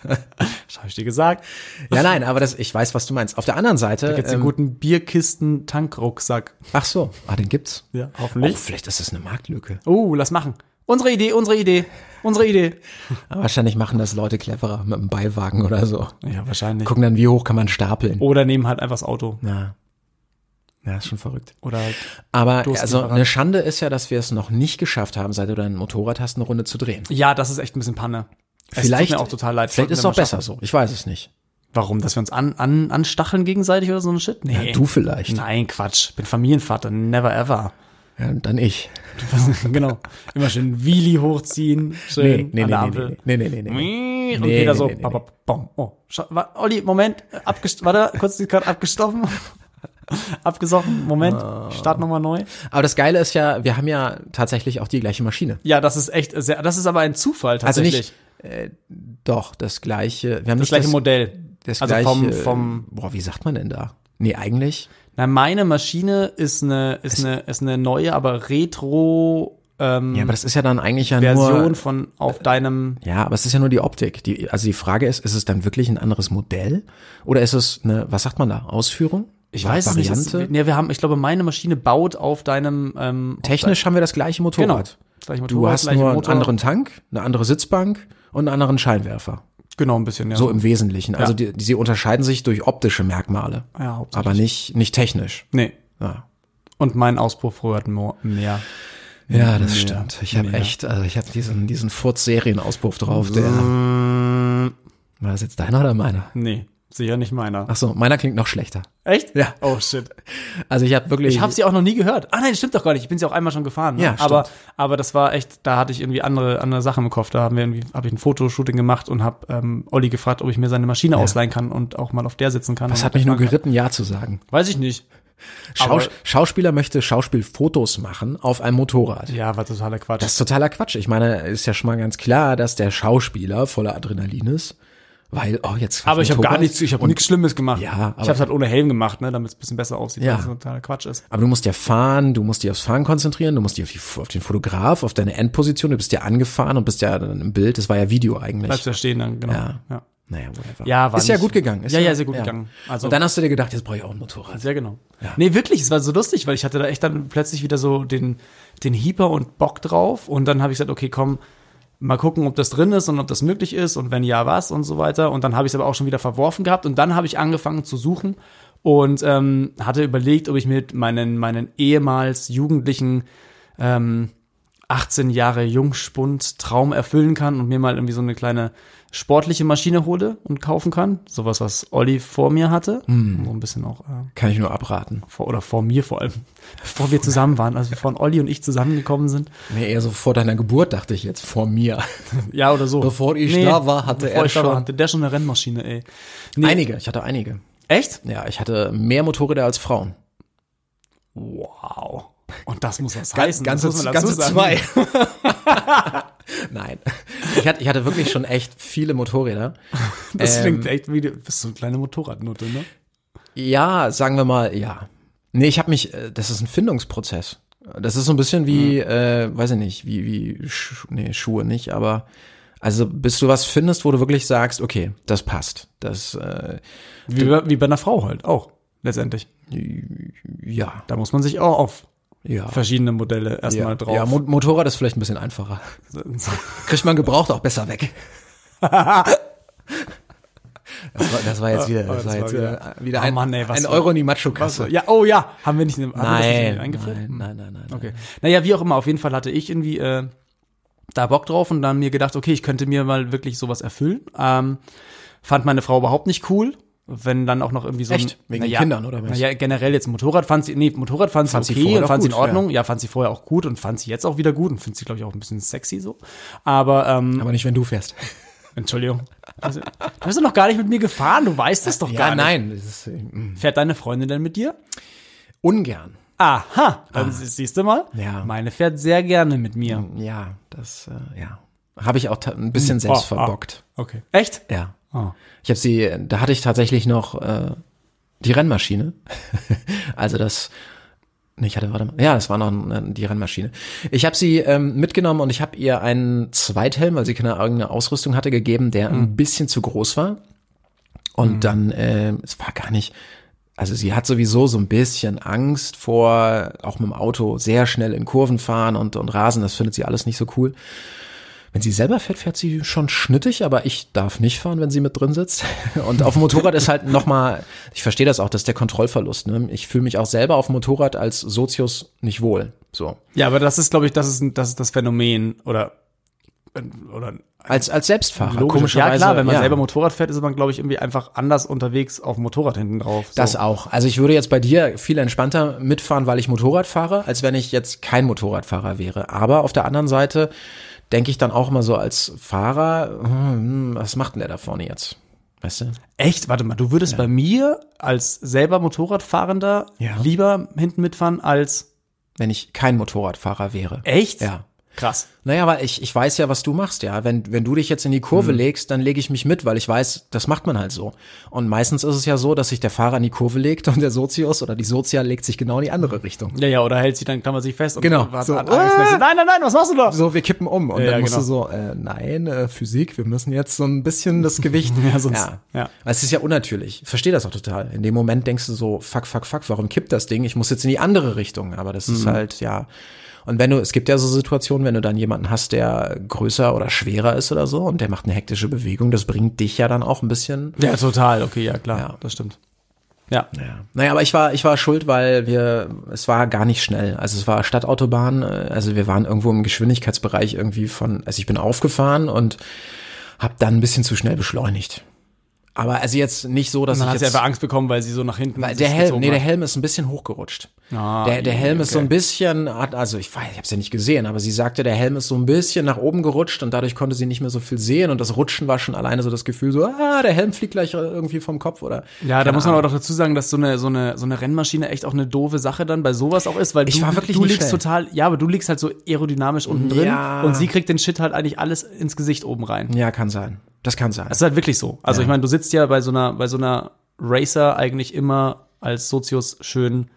Speaker 2: habe ich dir gesagt,
Speaker 3: Ja, nein, aber das, ich weiß, was du meinst. Auf der anderen Seite.
Speaker 2: jetzt den
Speaker 3: ähm,
Speaker 2: guten Bierkisten-Tankrucksack.
Speaker 3: ach so, ah, den gibt's.
Speaker 2: Ja,
Speaker 3: Oh,
Speaker 2: hoffentlich.
Speaker 3: vielleicht ist das eine Marktlücke.
Speaker 2: Oh, lass machen. Unsere Idee, unsere Idee, unsere Idee.
Speaker 3: Aber wahrscheinlich machen das Leute cleverer mit einem Beiwagen oder so.
Speaker 2: Ja, wahrscheinlich.
Speaker 3: Gucken dann, wie hoch kann man stapeln.
Speaker 2: Oder nehmen halt einfach das Auto.
Speaker 3: Ja. Ja, ist schon verrückt.
Speaker 2: Oder halt
Speaker 3: Aber also
Speaker 2: Durstlieferant.
Speaker 3: eine Schande ist ja, dass wir es noch nicht geschafft haben, seit du dein Motorrad hast, eine Runde zu drehen.
Speaker 2: Ja, das ist echt ein bisschen Panne. es
Speaker 3: Vielleicht-
Speaker 2: tut mir auch total leid.
Speaker 3: Vielleicht
Speaker 2: Sollten
Speaker 3: ist es
Speaker 2: wir
Speaker 3: auch
Speaker 2: mal
Speaker 3: besser so. Ich weiß es nicht.
Speaker 2: schaffen. Warum? Dass wir uns an, an, anstacheln gegenseitig oder so ein Shit? Nee.
Speaker 3: Ja, du vielleicht.
Speaker 2: Nein, Quatsch. Bin Familienvater. Never ever.
Speaker 3: Ja, dann ich.
Speaker 2: genau. Immer schön Wheelie hochziehen. Schön an der Ampel.
Speaker 3: nee, nee, nee, nee, nee.
Speaker 2: Mii, Und
Speaker 3: Nee,
Speaker 2: Peter
Speaker 3: nee,
Speaker 2: so,
Speaker 3: nee, nee,
Speaker 2: ba, ba, bom. Oh, scha- wa- Olli, Moment, äh, abgest warte, kurz die Karte abgestoffen. Abgesoffen, Moment,
Speaker 3: Ah.
Speaker 2: Start nochmal neu.
Speaker 3: Aber das Geile ist ja, wir haben ja tatsächlich auch die gleiche Maschine.
Speaker 2: Ja, das ist echt sehr, das ist aber ein Zufall
Speaker 3: Also
Speaker 2: tatsächlich.
Speaker 3: nicht äh, doch das gleiche. Wir
Speaker 2: das
Speaker 3: haben nicht
Speaker 2: gleiche Modell.
Speaker 3: Das
Speaker 2: also
Speaker 3: gleiche,
Speaker 2: vom, vom,
Speaker 3: Boah, wie sagt man denn da? Nee, eigentlich.
Speaker 2: Na, meine Maschine ist eine, ist eine, ist eine neue, aber Retro ähm,
Speaker 3: Ja, aber das ist ja dann eigentlich ja
Speaker 2: Version
Speaker 3: nur.
Speaker 2: von auf deinem.
Speaker 3: Ja, aber es ist ja nur die Optik. Die, also die Frage ist, ist es dann wirklich ein anderes Modell oder ist es eine, was sagt man da, Ausführung?
Speaker 2: Ich weiß es nicht. Es,
Speaker 3: Variante?
Speaker 2: nee, wir haben, ich glaube, meine Maschine baut auf deinem ähm, auf
Speaker 3: Technisch haben wir das gleiche
Speaker 2: dein- genau.
Speaker 3: Motorrad.
Speaker 2: Gleich
Speaker 3: Du hast nur einen anderen Tank, eine andere Sitzbank und einen anderen Scheinwerfer.
Speaker 2: Genau, ein bisschen, ja.
Speaker 3: So im Wesentlichen. Also
Speaker 2: Ja.
Speaker 3: die, die, sie unterscheiden sich durch optische Merkmale,
Speaker 2: ja, hauptsächlich.
Speaker 3: aber nicht, nicht technisch.
Speaker 2: Nee.
Speaker 3: Ja,
Speaker 2: Und mein Auspuff rührt mo- mehr.
Speaker 3: ja das stimmt. Ich habe echt, also ich habe diesen, diesen Furz-Serienauspuff drauf. Der,
Speaker 2: Hm.
Speaker 3: war das jetzt deiner oder meiner?
Speaker 2: Nee, sicher nicht meiner.
Speaker 3: Ach so, meiner klingt noch schlechter.
Speaker 2: Echt?
Speaker 3: Ja.
Speaker 2: Oh shit.
Speaker 3: Also ich habe wirklich.
Speaker 2: Ich habe sie auch noch nie gehört. Ah nein, stimmt doch gar nicht. Ich bin sie auch einmal schon gefahren. Ne?
Speaker 3: Ja, stimmt.
Speaker 2: aber aber das war echt. Da hatte ich irgendwie andere andere Sachen im Kopf. Da haben wir irgendwie habe ich ein Fotoshooting gemacht und habe ähm, Olli gefragt, ob ich mir seine Maschine ausleihen kann und auch mal auf der sitzen kann.
Speaker 3: das
Speaker 2: Und
Speaker 3: hat mich nur
Speaker 2: gefragt,
Speaker 3: geritten, Ja zu sagen.
Speaker 2: Weiß ich nicht.
Speaker 3: Schaus
Speaker 2: Aber-
Speaker 3: Schauspieler möchte Schauspielfotos machen auf einem Motorrad.
Speaker 2: Ja, war totaler Quatsch.
Speaker 3: Das ist totaler Quatsch. Ich meine, ist ja schon mal ganz klar, dass der Schauspieler voller Adrenalin ist weil, oh, jetzt.
Speaker 2: Aber ich habe gar nichts, ich habe nichts Schlimmes gemacht.
Speaker 3: Ja,
Speaker 2: ich
Speaker 3: aber-
Speaker 2: habe es halt ohne Helm gemacht, ne, damit es ein bisschen besser aussieht,
Speaker 3: Ja.
Speaker 2: weil es totaler Quatsch ist.
Speaker 3: Aber du musst ja fahren, du musst dich aufs Fahren konzentrieren, du musst dich auf, die, auf den Fotograf, auf deine Endposition, du bist ja angefahren und bist ja dann im Bild, das war ja Video
Speaker 2: Bleibst
Speaker 3: eigentlich.
Speaker 2: ja stehen dann, genau.
Speaker 3: Ja.
Speaker 2: ja.
Speaker 3: Naja, whatever.
Speaker 2: Ja, war
Speaker 3: ist ja
Speaker 2: nicht-
Speaker 3: gut gegangen. Ist
Speaker 2: Ja, ja, sehr gut gegangen. Also-
Speaker 3: und dann hast du dir gedacht, jetzt brauche ich auch ein Motorrad.
Speaker 2: Sehr genau. Nee, wirklich, es war so lustig, weil ich hatte da echt dann plötzlich wieder so den, den Hieper und Bock drauf. Und dann habe ich gesagt, okay, komm, mal gucken, ob das drin ist und ob das möglich ist und wenn ja, was und so weiter. Und dann habe ich es aber auch schon wieder verworfen gehabt. Und dann habe ich angefangen zu suchen und ähm, hatte überlegt, ob ich mit meinen, meinen ehemals jugendlichen ähm, 18 Jahre Jungspund Traum erfüllen kann und mir mal irgendwie so eine kleine sportliche Maschine hole und kaufen kann. Sowas, was Olli vor mir hatte. So ein bisschen auch äh,
Speaker 3: Kann ich nur abraten.
Speaker 2: vor, oder vor mir vor allem, bevor wir zusammen waren, als bevor Olli und ich zusammengekommen sind.
Speaker 3: Nee, eher so vor deiner Geburt dachte ich jetzt, vor mir.
Speaker 2: Ja, oder so.
Speaker 3: Bevor ich da war, hatte
Speaker 2: bevor
Speaker 3: er
Speaker 2: ich da war,
Speaker 3: schon-
Speaker 2: hatte der schon eine Rennmaschine, ey. Nee.
Speaker 3: Einige, ich hatte einige.
Speaker 2: Echt?
Speaker 3: Ja, ich hatte mehr Motorräder als Frauen.
Speaker 2: Wow. Und das muss was
Speaker 3: Gan-
Speaker 2: heißen.
Speaker 3: ganze,
Speaker 2: das muss man dazu
Speaker 3: ganze
Speaker 2: sagen.
Speaker 3: zwei. Nein. Ich hatte, ich hatte wirklich schon echt viele Motorräder.
Speaker 2: Das
Speaker 3: Ähm,
Speaker 2: klingt echt wie, du bist so eine kleine Motorradnote, ne?
Speaker 3: Ja, sagen wir mal, ja. Nee, ich habe mich, äh, das ist ein Findungsprozess. Das ist so ein bisschen wie,
Speaker 2: Hm.
Speaker 3: äh, weiß ich nicht, wie, wie, Sch nee, Schuhe nicht, aber also bis du was findest, wo du wirklich sagst, okay, das passt. Das, äh,
Speaker 2: Wie, bei- wie bei einer Frau halt auch, letztendlich.
Speaker 3: ja,
Speaker 2: Da muss man sich auch auf
Speaker 3: ja.
Speaker 2: verschiedene Modelle erstmal
Speaker 3: Ja,
Speaker 2: drauf.
Speaker 3: ja Mo Motorrad ist vielleicht ein bisschen einfacher. Kriegt man gebraucht auch besser weg. Das war, das war jetzt wieder, das war jetzt wieder, wieder
Speaker 2: Oh
Speaker 3: ein,
Speaker 2: Mann, ey, was
Speaker 3: ein
Speaker 2: für-
Speaker 3: Euro in die Macho-Kasse.
Speaker 2: ja, oh ja, haben wir nicht, haben wir das
Speaker 3: Nein,
Speaker 2: nicht eingeführt?
Speaker 3: nein, nein, nein, nein.
Speaker 2: Okay. Naja, wie auch immer, auf jeden Fall hatte ich irgendwie äh, da Bock drauf und dann mir gedacht, okay, ich könnte mir mal wirklich sowas erfüllen. Ähm, fand meine Frau überhaupt nicht cool. Wenn dann auch noch irgendwie so.
Speaker 3: Echt? Wegen den Kindern oder was?
Speaker 2: was? Naja, generell jetzt Motorrad fand sie, nee, Motorrad fand,
Speaker 3: Fand
Speaker 2: sie
Speaker 3: sie
Speaker 2: okay
Speaker 3: vorher
Speaker 2: und
Speaker 3: auch
Speaker 2: fand sie in
Speaker 3: gut,
Speaker 2: Ordnung. Ja. fand sie vorher auch gut und fand sie jetzt auch wieder gut und findet sie, glaube ich, auch ein bisschen sexy so. Aber, ähm,
Speaker 3: Aber nicht, wenn du fährst.
Speaker 2: Entschuldigung. Also, Du bist doch noch gar nicht mit mir gefahren, du weißt es doch gar
Speaker 3: Ja, nein. Das ist, äh,
Speaker 2: nicht. Fährt deine Freundin denn mit dir?
Speaker 3: Ungern.
Speaker 2: Aha, dann sie- siehst du mal.
Speaker 3: Ah. Ja. Oh.
Speaker 2: Meine fährt sehr gerne mit mir.
Speaker 3: Ja, das, äh, ja. Habe ich auch ta- ein bisschen selbst
Speaker 2: Oh, ah.
Speaker 3: verbockt.
Speaker 2: Okay. Echt?
Speaker 3: Ja.
Speaker 2: Oh.
Speaker 3: Ich habe sie, da hatte ich tatsächlich noch äh, die Rennmaschine. also das, nee, ich hatte, warte mal, ja, es war noch äh, die Rennmaschine. Ich habe sie ähm, mitgenommen und ich habe ihr einen Zweithelm, weil sie keine eigene Ausrüstung hatte, gegeben, der ein bisschen zu groß war. Und dann, äh, es war gar nicht, also sie hat sowieso so ein bisschen Angst vor, auch mit dem Auto sehr schnell in Kurven fahren und, und Rasen, das findet sie alles nicht so cool. Wenn sie selber fährt, fährt sie schon schnittig, aber ich darf nicht fahren, wenn sie mit drin sitzt. Und auf dem Motorrad ist halt nochmal, ich verstehe das auch, das ist der Kontrollverlust. Ne? Ich fühle mich auch selber auf dem Motorrad als Sozius nicht wohl. So.
Speaker 2: Ja, aber das ist, glaube ich, das ist, ein- das ist das Phänomen oder oder
Speaker 3: Als, als Selbstfahrer,
Speaker 2: logisch.
Speaker 3: komischerweise.
Speaker 2: Ja klar, wenn man
Speaker 3: ja.
Speaker 2: selber Motorrad fährt, ist man, glaube ich, irgendwie einfach anders unterwegs auf dem Motorrad hinten drauf. So.
Speaker 3: Das auch. Also ich würde jetzt bei dir viel entspannter mitfahren, weil ich Motorrad fahre, als wenn ich jetzt kein Motorradfahrer wäre. Aber auf der anderen Seite denke ich dann auch immer so als Fahrer, hm, was macht denn der da vorne jetzt? Weißt du?
Speaker 2: echt, warte mal, du würdest bei mir als selber Motorradfahrender
Speaker 3: Ja.
Speaker 2: lieber hinten mitfahren als
Speaker 3: Wenn ich kein Motorradfahrer wäre.
Speaker 2: echt?
Speaker 3: Ja.
Speaker 2: Krass.
Speaker 3: Naja, weil ich, ich weiß ja, was du machst, ja. Wenn, wenn du dich jetzt in die Kurve legst, dann lege ich mich mit, weil ich weiß, das macht man halt so. Und meistens ist es ja so, dass sich der Fahrer in die Kurve legt und der Sozius oder die Sozia legt sich genau in die andere Richtung.
Speaker 2: Ja, ja, oder hält sich dann klammert sich fest und
Speaker 3: Genau.
Speaker 2: hat,
Speaker 3: So,
Speaker 2: hat Angst.
Speaker 3: ah!
Speaker 2: Nein, nein, nein, was machst du da?
Speaker 3: So, wir kippen um. Und
Speaker 2: Ja,
Speaker 3: dann musst
Speaker 2: genau.
Speaker 3: du so, äh, nein, äh, Physik, wir müssen jetzt so ein bisschen das Gewicht.
Speaker 2: Ja, sonst- ja.
Speaker 3: Weil Es ist ja unnatürlich. Ich verstehe das auch total. In dem Moment denkst du so, fuck, fuck, fuck, warum kippt das Ding? Ich muss jetzt in die andere Richtung. Aber das
Speaker 2: Mhm.
Speaker 3: ist halt, ja. Und wenn du, es gibt ja so Situationen, wenn du dann jemanden hast, der größer oder schwerer ist oder so und der macht eine hektische Bewegung, das bringt dich ja dann auch ein bisschen.
Speaker 2: Ja, total. Okay, ja, klar,
Speaker 3: Ja.
Speaker 2: das stimmt. Ja.
Speaker 3: Ja. Naja, aber ich war, ich war schuld, weil wir, es war gar nicht schnell. Also es war Stadtautobahn, äh, also wir waren irgendwo im Geschwindigkeitsbereich irgendwie von, also ich bin aufgefahren und habe dann ein bisschen zu schnell beschleunigt. Aber also jetzt nicht so, dass
Speaker 2: Dann hat
Speaker 3: ich
Speaker 2: sie
Speaker 3: jetzt,
Speaker 2: einfach Angst bekommen, weil sie so nach hinten
Speaker 3: weil
Speaker 2: sich
Speaker 3: der Helm,
Speaker 2: gezogen ne?
Speaker 3: nee, der
Speaker 2: hat.
Speaker 3: Helm ist ein bisschen hochgerutscht. Ah, der, der Helm ist so ein bisschen, hat- also ich weiß, ich habe es ja nicht gesehen, aber sie sagte, der Helm ist so ein bisschen nach oben gerutscht und dadurch konnte sie nicht mehr so viel sehen und das Rutschen war schon alleine so das Gefühl, so, ah, der Helm fliegt gleich irgendwie vom Kopf oder.
Speaker 2: Ja, da
Speaker 3: Keine
Speaker 2: muss man
Speaker 3: Ahnung.
Speaker 2: aber doch dazu sagen, dass so eine, so eine, so eine Rennmaschine echt auch eine doofe Sache dann bei sowas auch ist, weil
Speaker 3: Ich
Speaker 2: du,
Speaker 3: war wirklich
Speaker 2: du
Speaker 3: nicht
Speaker 2: liegst
Speaker 3: schnell.
Speaker 2: total, ja, aber du liegst halt so aerodynamisch unten drin
Speaker 3: Ja.
Speaker 2: und sie kriegt den Shit halt eigentlich alles ins Gesicht oben rein.
Speaker 3: Ja, kann sein. Das kann sein.
Speaker 2: Das ist halt wirklich so. Also ich meine, du sitzt ja bei so einer, bei so einer Racer eigentlich immer als Sozius schön,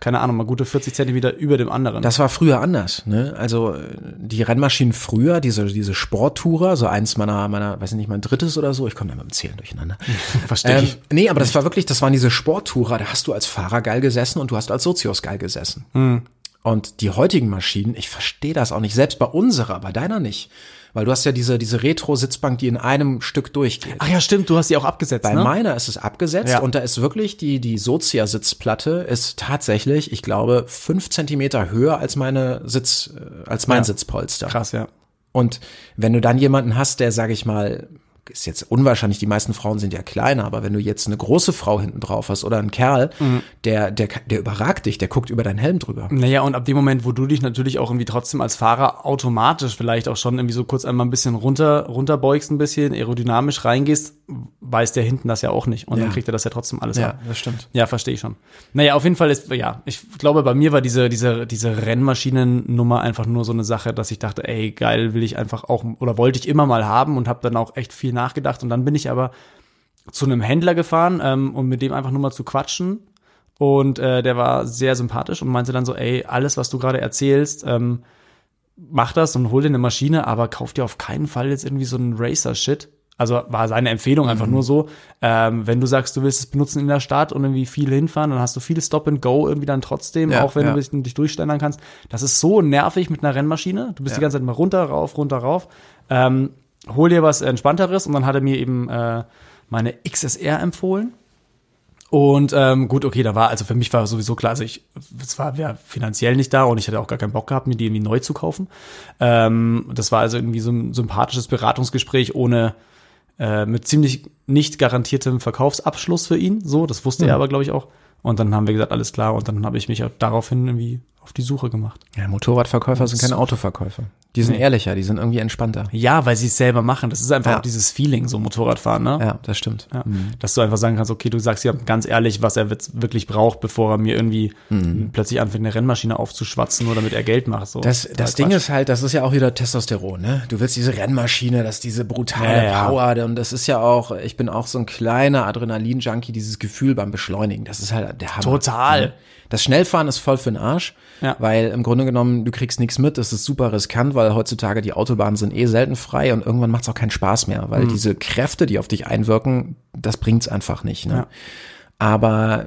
Speaker 2: keine Ahnung, mal gute 40 Zentimeter über dem anderen.
Speaker 3: Das war früher anders, ne? Also äh, die Rennmaschinen früher, diese, diese Sporttourer, so eins meiner, meiner, weiß nicht, mein drittes oder so, ich komme da mit dem Zählen durcheinander. Ähm,
Speaker 2: Versteh ich.
Speaker 3: Nee, aber das war wirklich, das waren diese Sporttourer, da hast du als Fahrer geil gesessen und du hast als Sozios geil gesessen.
Speaker 2: Hm.
Speaker 3: Und die heutigen Maschinen, ich verstehe das auch nicht, selbst bei unserer, bei deiner nicht. Weil du hast ja diese, diese Retro-Sitzbank, die in einem Stück durchgeht.
Speaker 2: Ach ja, stimmt, du hast die auch abgesetzt,
Speaker 3: Bei
Speaker 2: ne?
Speaker 3: meiner ist es abgesetzt
Speaker 2: Ja.
Speaker 3: und da ist wirklich die, die Sozia-Sitzplatte ist tatsächlich, ich glaube, fünf Zentimeter höher als meine Sitz, äh, als mein
Speaker 2: Ja.
Speaker 3: Sitzpolster.
Speaker 2: Krass, ja.
Speaker 3: Und wenn du dann jemanden hast, der, sag ich mal, ist jetzt unwahrscheinlich, die meisten Frauen sind ja kleiner, aber wenn du jetzt eine große Frau hinten drauf hast oder einen Kerl,
Speaker 2: Mhm.
Speaker 3: der, der, der überragt dich, der guckt über deinen Helm drüber.
Speaker 2: Naja, und ab dem Moment, wo du dich natürlich auch irgendwie trotzdem als Fahrer automatisch vielleicht auch schon irgendwie so kurz einmal ein bisschen runter, runterbeugst ein bisschen, aerodynamisch reingehst, weiß der hinten das ja auch nicht. Und
Speaker 3: Ja.
Speaker 2: dann kriegt er das ja trotzdem alles ab.
Speaker 3: das stimmt.
Speaker 2: Ja, verstehe ich schon. Naja, auf jeden Fall ist, ja, ich glaube, bei mir war diese, diese, diese Rennmaschinennummer einfach nur so eine Sache, dass ich dachte, ey, geil, will ich einfach auch, oder wollte ich immer mal haben und habe dann auch echt viel nachgedacht. Und dann bin ich aber zu einem Händler gefahren, ähm, um mit dem einfach nur mal zu quatschen. Und äh, der war sehr sympathisch und meinte dann so, ey, alles, was du gerade erzählst, ähm, mach das und hol dir eine Maschine, aber kauf dir auf keinen Fall jetzt irgendwie so einen Racer-Shit. Also war seine Empfehlung
Speaker 3: Mhm.
Speaker 2: einfach nur so, ähm, wenn du sagst, du willst es benutzen in der Stadt und irgendwie viel hinfahren, dann hast du viel Stop and Go irgendwie dann trotzdem,
Speaker 3: Ja,
Speaker 2: auch wenn
Speaker 3: ja.
Speaker 2: du dich, dich durchständern kannst. Das ist so nervig mit einer Rennmaschine. Du bist
Speaker 3: Ja.
Speaker 2: die ganze Zeit mal runter, rauf, runter, rauf. Ähm, hol dir was entspannteres und dann hat er mir eben äh, meine XSR empfohlen. Und ähm, gut, okay, da war, also für mich war sowieso klar, also ich, es war ja finanziell nicht da und ich hatte auch gar keinen Bock gehabt, mir die irgendwie neu zu kaufen. Ähm, das war also irgendwie so ein sympathisches Beratungsgespräch ohne, äh, mit ziemlich nicht garantiertem Verkaufsabschluss für ihn. So, das wusste er aber, glaube ich, auch. Und dann haben wir gesagt, alles klar. Und dann habe ich mich auch daraufhin irgendwie auf die Suche gemacht.
Speaker 3: Ja, Motorradverkäufer sind keine Autoverkäufer. Die sind
Speaker 2: Nee.
Speaker 3: ehrlicher, die sind irgendwie entspannter.
Speaker 2: Ja, weil sie es selber machen. Das ist einfach
Speaker 3: Ja.
Speaker 2: auch dieses Feeling, so Motorradfahren, ne?
Speaker 3: Ja, das stimmt.
Speaker 2: Ja. Dass du einfach sagen kannst, okay, du sagst ja ganz ehrlich, was er witz- wirklich braucht, bevor er mir irgendwie plötzlich anfängt, eine Rennmaschine aufzuschwatzen, nur damit er Geld macht. So.
Speaker 3: Mhm. Das, das Ding
Speaker 2: Quatsch.
Speaker 3: ist halt, das ist ja auch wieder Testosteron, ne? Du willst diese Rennmaschine, das diese brutale
Speaker 2: Ja, ja.
Speaker 3: Power, und das ist ja auch, ich bin auch so ein kleiner Adrenalin-Junkie, dieses Gefühl beim Beschleunigen, das ist halt der Hammer.
Speaker 2: Total.
Speaker 3: Das Schnellfahren ist voll für den Arsch,
Speaker 2: Ja.
Speaker 3: weil im Grunde genommen, du kriegst nichts mit, es ist super riskant, weil heutzutage die Autobahnen sind eh selten frei und irgendwann macht's auch keinen Spaß mehr,
Speaker 2: Mhm.
Speaker 3: weil diese Kräfte, die auf dich einwirken, das bringt's einfach nicht, ne?
Speaker 2: Ja.
Speaker 3: Aber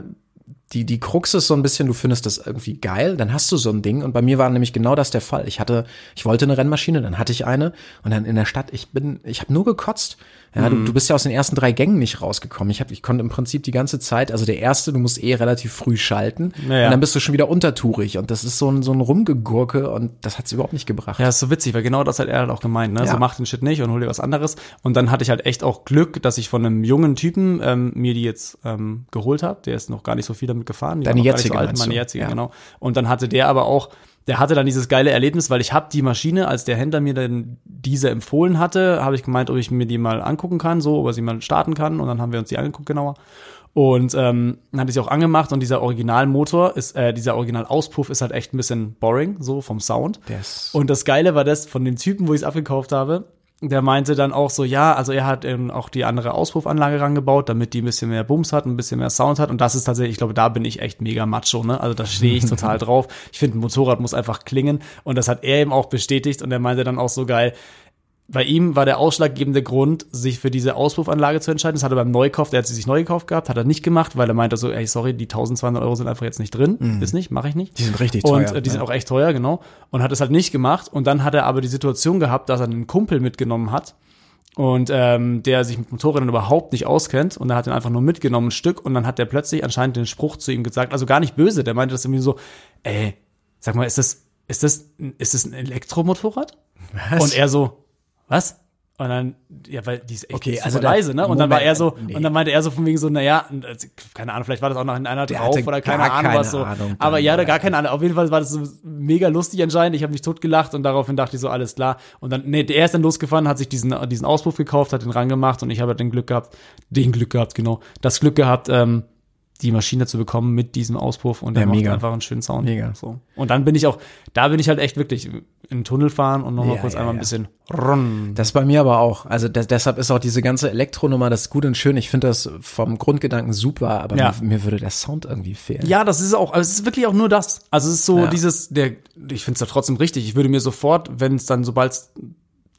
Speaker 3: die, die Krux ist so ein bisschen, du findest das irgendwie geil, dann hast du so ein Ding. Und bei mir war nämlich genau das der Fall. Ich hatte, ich wollte eine Rennmaschine, dann hatte ich eine und dann in der Stadt, ich bin, ich habe nur gekotzt. Ja,
Speaker 2: Mhm.
Speaker 3: du, du bist ja aus den ersten drei Gängen nicht rausgekommen. Ich, hab, ich konnte im Prinzip die ganze Zeit, also der erste, du musst eh relativ früh schalten
Speaker 2: Naja.
Speaker 3: und dann bist du schon wieder untertourig und das ist so ein, so ein Rumgegurke und das hat's überhaupt nicht gebracht.
Speaker 2: Ja, ist so witzig, weil genau das hat er halt auch gemeint, ne?
Speaker 3: Ja.
Speaker 2: So mach den Shit nicht und hol dir was anderes. Und dann hatte ich halt echt auch Glück, dass ich von einem jungen Typen ähm, mir die jetzt ähm, geholt habe. Der ist noch gar nicht so viel damit gefahren. Die war
Speaker 3: Deine
Speaker 2: noch gar nicht
Speaker 3: jetzige,
Speaker 2: so alt,
Speaker 3: meinst
Speaker 2: meine
Speaker 3: du?
Speaker 2: jetzige,
Speaker 3: Ja.
Speaker 2: genau. Und dann hatte der aber auch, der hatte dann dieses geile Erlebnis, weil ich habe die Maschine, als der Händler mir dann diese empfohlen hatte, habe ich gemeint, ob ich mir die mal angucken kann, so, ob er sie mal starten kann. Und dann haben wir uns die angeguckt genauer. Und ähm, dann hatte ich sie auch angemacht und dieser Originalmotor ist, äh, dieser Originalauspuff ist halt echt ein bisschen boring, so vom Sound.
Speaker 3: Der ist-
Speaker 2: Und das Geile war das von dem Typen, wo ich es abgekauft habe. Der meinte dann auch so, ja, also er hat ähm, auch die andere Auspuffanlage rangebaut, damit die ein bisschen mehr Bums hat, ein bisschen mehr Sound hat. Und das ist tatsächlich, ich glaube, da bin ich echt mega macho, ne? Also da stehe ich total drauf. Ich finde, ein Motorrad muss einfach klingen. Und das hat er eben auch bestätigt. Und er meinte dann auch so geil, bei ihm war der ausschlaggebende Grund, sich für diese Auspuffanlage zu entscheiden. Das hat er beim Neukauf, der hat sie sich neu gekauft gehabt, hat er nicht gemacht, weil er meinte so, ey, sorry, die 1200 Euro sind einfach jetzt nicht drin. Ist nicht, mache ich nicht.
Speaker 3: Die sind richtig
Speaker 2: Und
Speaker 3: teuer,
Speaker 2: äh, die
Speaker 3: ja.
Speaker 2: sind auch echt teuer, genau. Und hat es halt nicht gemacht. Und dann hat er aber die Situation gehabt, dass er einen Kumpel mitgenommen hat und ähm, der sich mit Motorrädern überhaupt nicht auskennt und er hat ihn einfach nur mitgenommen ein Stück und dann hat der plötzlich anscheinend den Spruch zu ihm gesagt, also gar nicht böse, der meinte das irgendwie so, ey, sag mal, ist das ist das ist das ein Elektromotorrad?
Speaker 3: Was?
Speaker 2: Und er so, was? Und dann, ja, weil die ist echt
Speaker 3: Okay,
Speaker 2: super
Speaker 3: also da-
Speaker 2: leise, ne? Und dann
Speaker 3: Moment, äh,
Speaker 2: war er so,
Speaker 3: nee.
Speaker 2: und dann meinte er so von wegen so, naja, also, keine Ahnung, vielleicht war das auch noch in einer
Speaker 3: Der
Speaker 2: drauf
Speaker 3: hatte
Speaker 2: oder keine
Speaker 3: gar
Speaker 2: Ahnung
Speaker 3: keine
Speaker 2: was so.
Speaker 3: Ahnung,
Speaker 2: aber ja, da
Speaker 3: Mann.
Speaker 2: gar keine Ahnung. Auf jeden Fall war das so mega lustig anscheinend. Ich habe mich totgelacht und daraufhin dachte ich so, alles klar. Und dann, nee, der ist dann losgefahren, hat sich diesen, diesen Auspuff gekauft, hat den rangemacht und ich habe den Glück gehabt, den Glück gehabt, genau, das Glück gehabt, ähm, die Maschine zu bekommen mit diesem Auspuff und der
Speaker 3: Ja,
Speaker 2: macht
Speaker 3: mega.
Speaker 2: einfach einen schönen Sound.
Speaker 3: Mega.
Speaker 2: So. Und dann bin ich auch, da bin ich halt echt wirklich in den Tunnel fahren und nochmal
Speaker 3: Ja,
Speaker 2: kurz
Speaker 3: ja,
Speaker 2: einmal ein
Speaker 3: ja.
Speaker 2: bisschen run.
Speaker 3: Das ist bei mir aber auch. Also das, deshalb ist auch diese ganze Elektronummer, das ist gut und schön. Ich finde das vom Grundgedanken super, aber
Speaker 2: Ja.
Speaker 3: mir, mir würde der Sound irgendwie fehlen.
Speaker 2: Ja, das ist auch, also es ist wirklich auch nur das. Also es ist so
Speaker 3: Ja.
Speaker 2: dieses, der, ich find's ja trotzdem richtig. Ich würde mir sofort, wenn es dann, sobald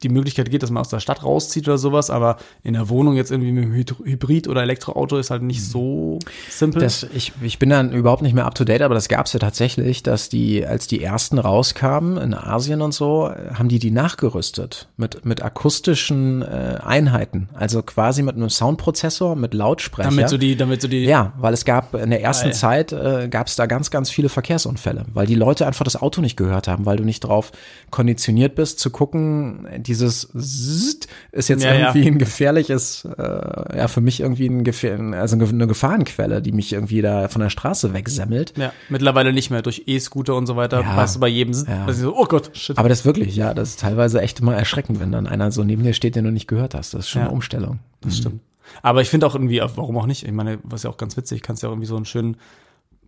Speaker 2: die Möglichkeit geht, dass man aus der Stadt rauszieht oder sowas, aber in der Wohnung jetzt irgendwie mit einem Hyd- Hybrid oder Elektroauto ist halt nicht so simpel.
Speaker 3: Mhm. Das, ich, ich bin dann überhaupt nicht mehr up to date, aber das gab es ja tatsächlich, dass die, als die ersten rauskamen in Asien und so, äh, haben die die nachgerüstet mit, mit akustischen äh, Einheiten. Also quasi mit einem Soundprozessor, mit Lautsprecher.
Speaker 2: damit so die, damit so die,
Speaker 3: ja, weil es gab in der ersten
Speaker 2: Geil.
Speaker 3: Zeit äh, gab es da ganz, ganz viele Verkehrsunfälle, weil die Leute einfach das Auto nicht gehört haben, weil du nicht drauf konditioniert bist zu gucken, dieses Zzt ist jetzt
Speaker 2: Ja, ja.
Speaker 3: irgendwie ein gefährliches, äh, ja für mich irgendwie ein Gefähr also eine Gefahrenquelle, die mich irgendwie da von der Straße wegsemmelt.
Speaker 2: ja, mittlerweile nicht mehr durch E-Scooter und so weiter,
Speaker 3: Ja.
Speaker 2: weißt du bei jedem,
Speaker 3: Ja.
Speaker 2: weißt du so, oh Gott, shit.
Speaker 3: Aber das wirklich, ja, das ist teilweise echt immer erschreckend, wenn dann einer so neben dir steht, den du nicht gehört hast. Das ist schon
Speaker 2: Ja.
Speaker 3: eine Umstellung.
Speaker 2: Das stimmt. Aber ich finde auch irgendwie, äh, warum auch nicht? Ich meine, was ja auch ganz witzig, kannst ja irgendwie so einen schönen,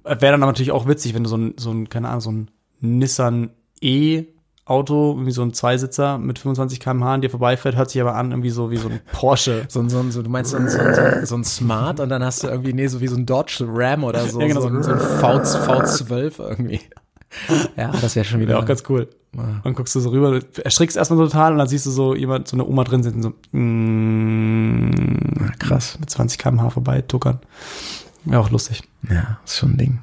Speaker 2: äh, wäre dann aber natürlich auch witzig, wenn du so ein, so ein, keine Ahnung, so ein Nissan E Auto, irgendwie so ein Zweisitzer mit 25 km/h an dir vorbeifährt, hört sich aber an irgendwie so wie so ein Porsche.
Speaker 3: So ein, so ein, so, du meinst so ein, so, ein, so, ein, so ein Smart und dann hast du irgendwie, nee, so wie so ein Dodge Ram oder so,
Speaker 2: Ja, genau,
Speaker 3: so, ein, so ein v, V12 irgendwie. Ja, das wäre schon wieder
Speaker 2: Wäre auch ganz cool. Dann guckst du so rüber, du erschrickst erstmal total und dann siehst du so jemand, so eine Oma drin sitzen, so mm,
Speaker 3: krass.
Speaker 2: mit 20 km/h vorbei tuckern. Wäre auch lustig.
Speaker 3: Ja, ist schon ein Ding.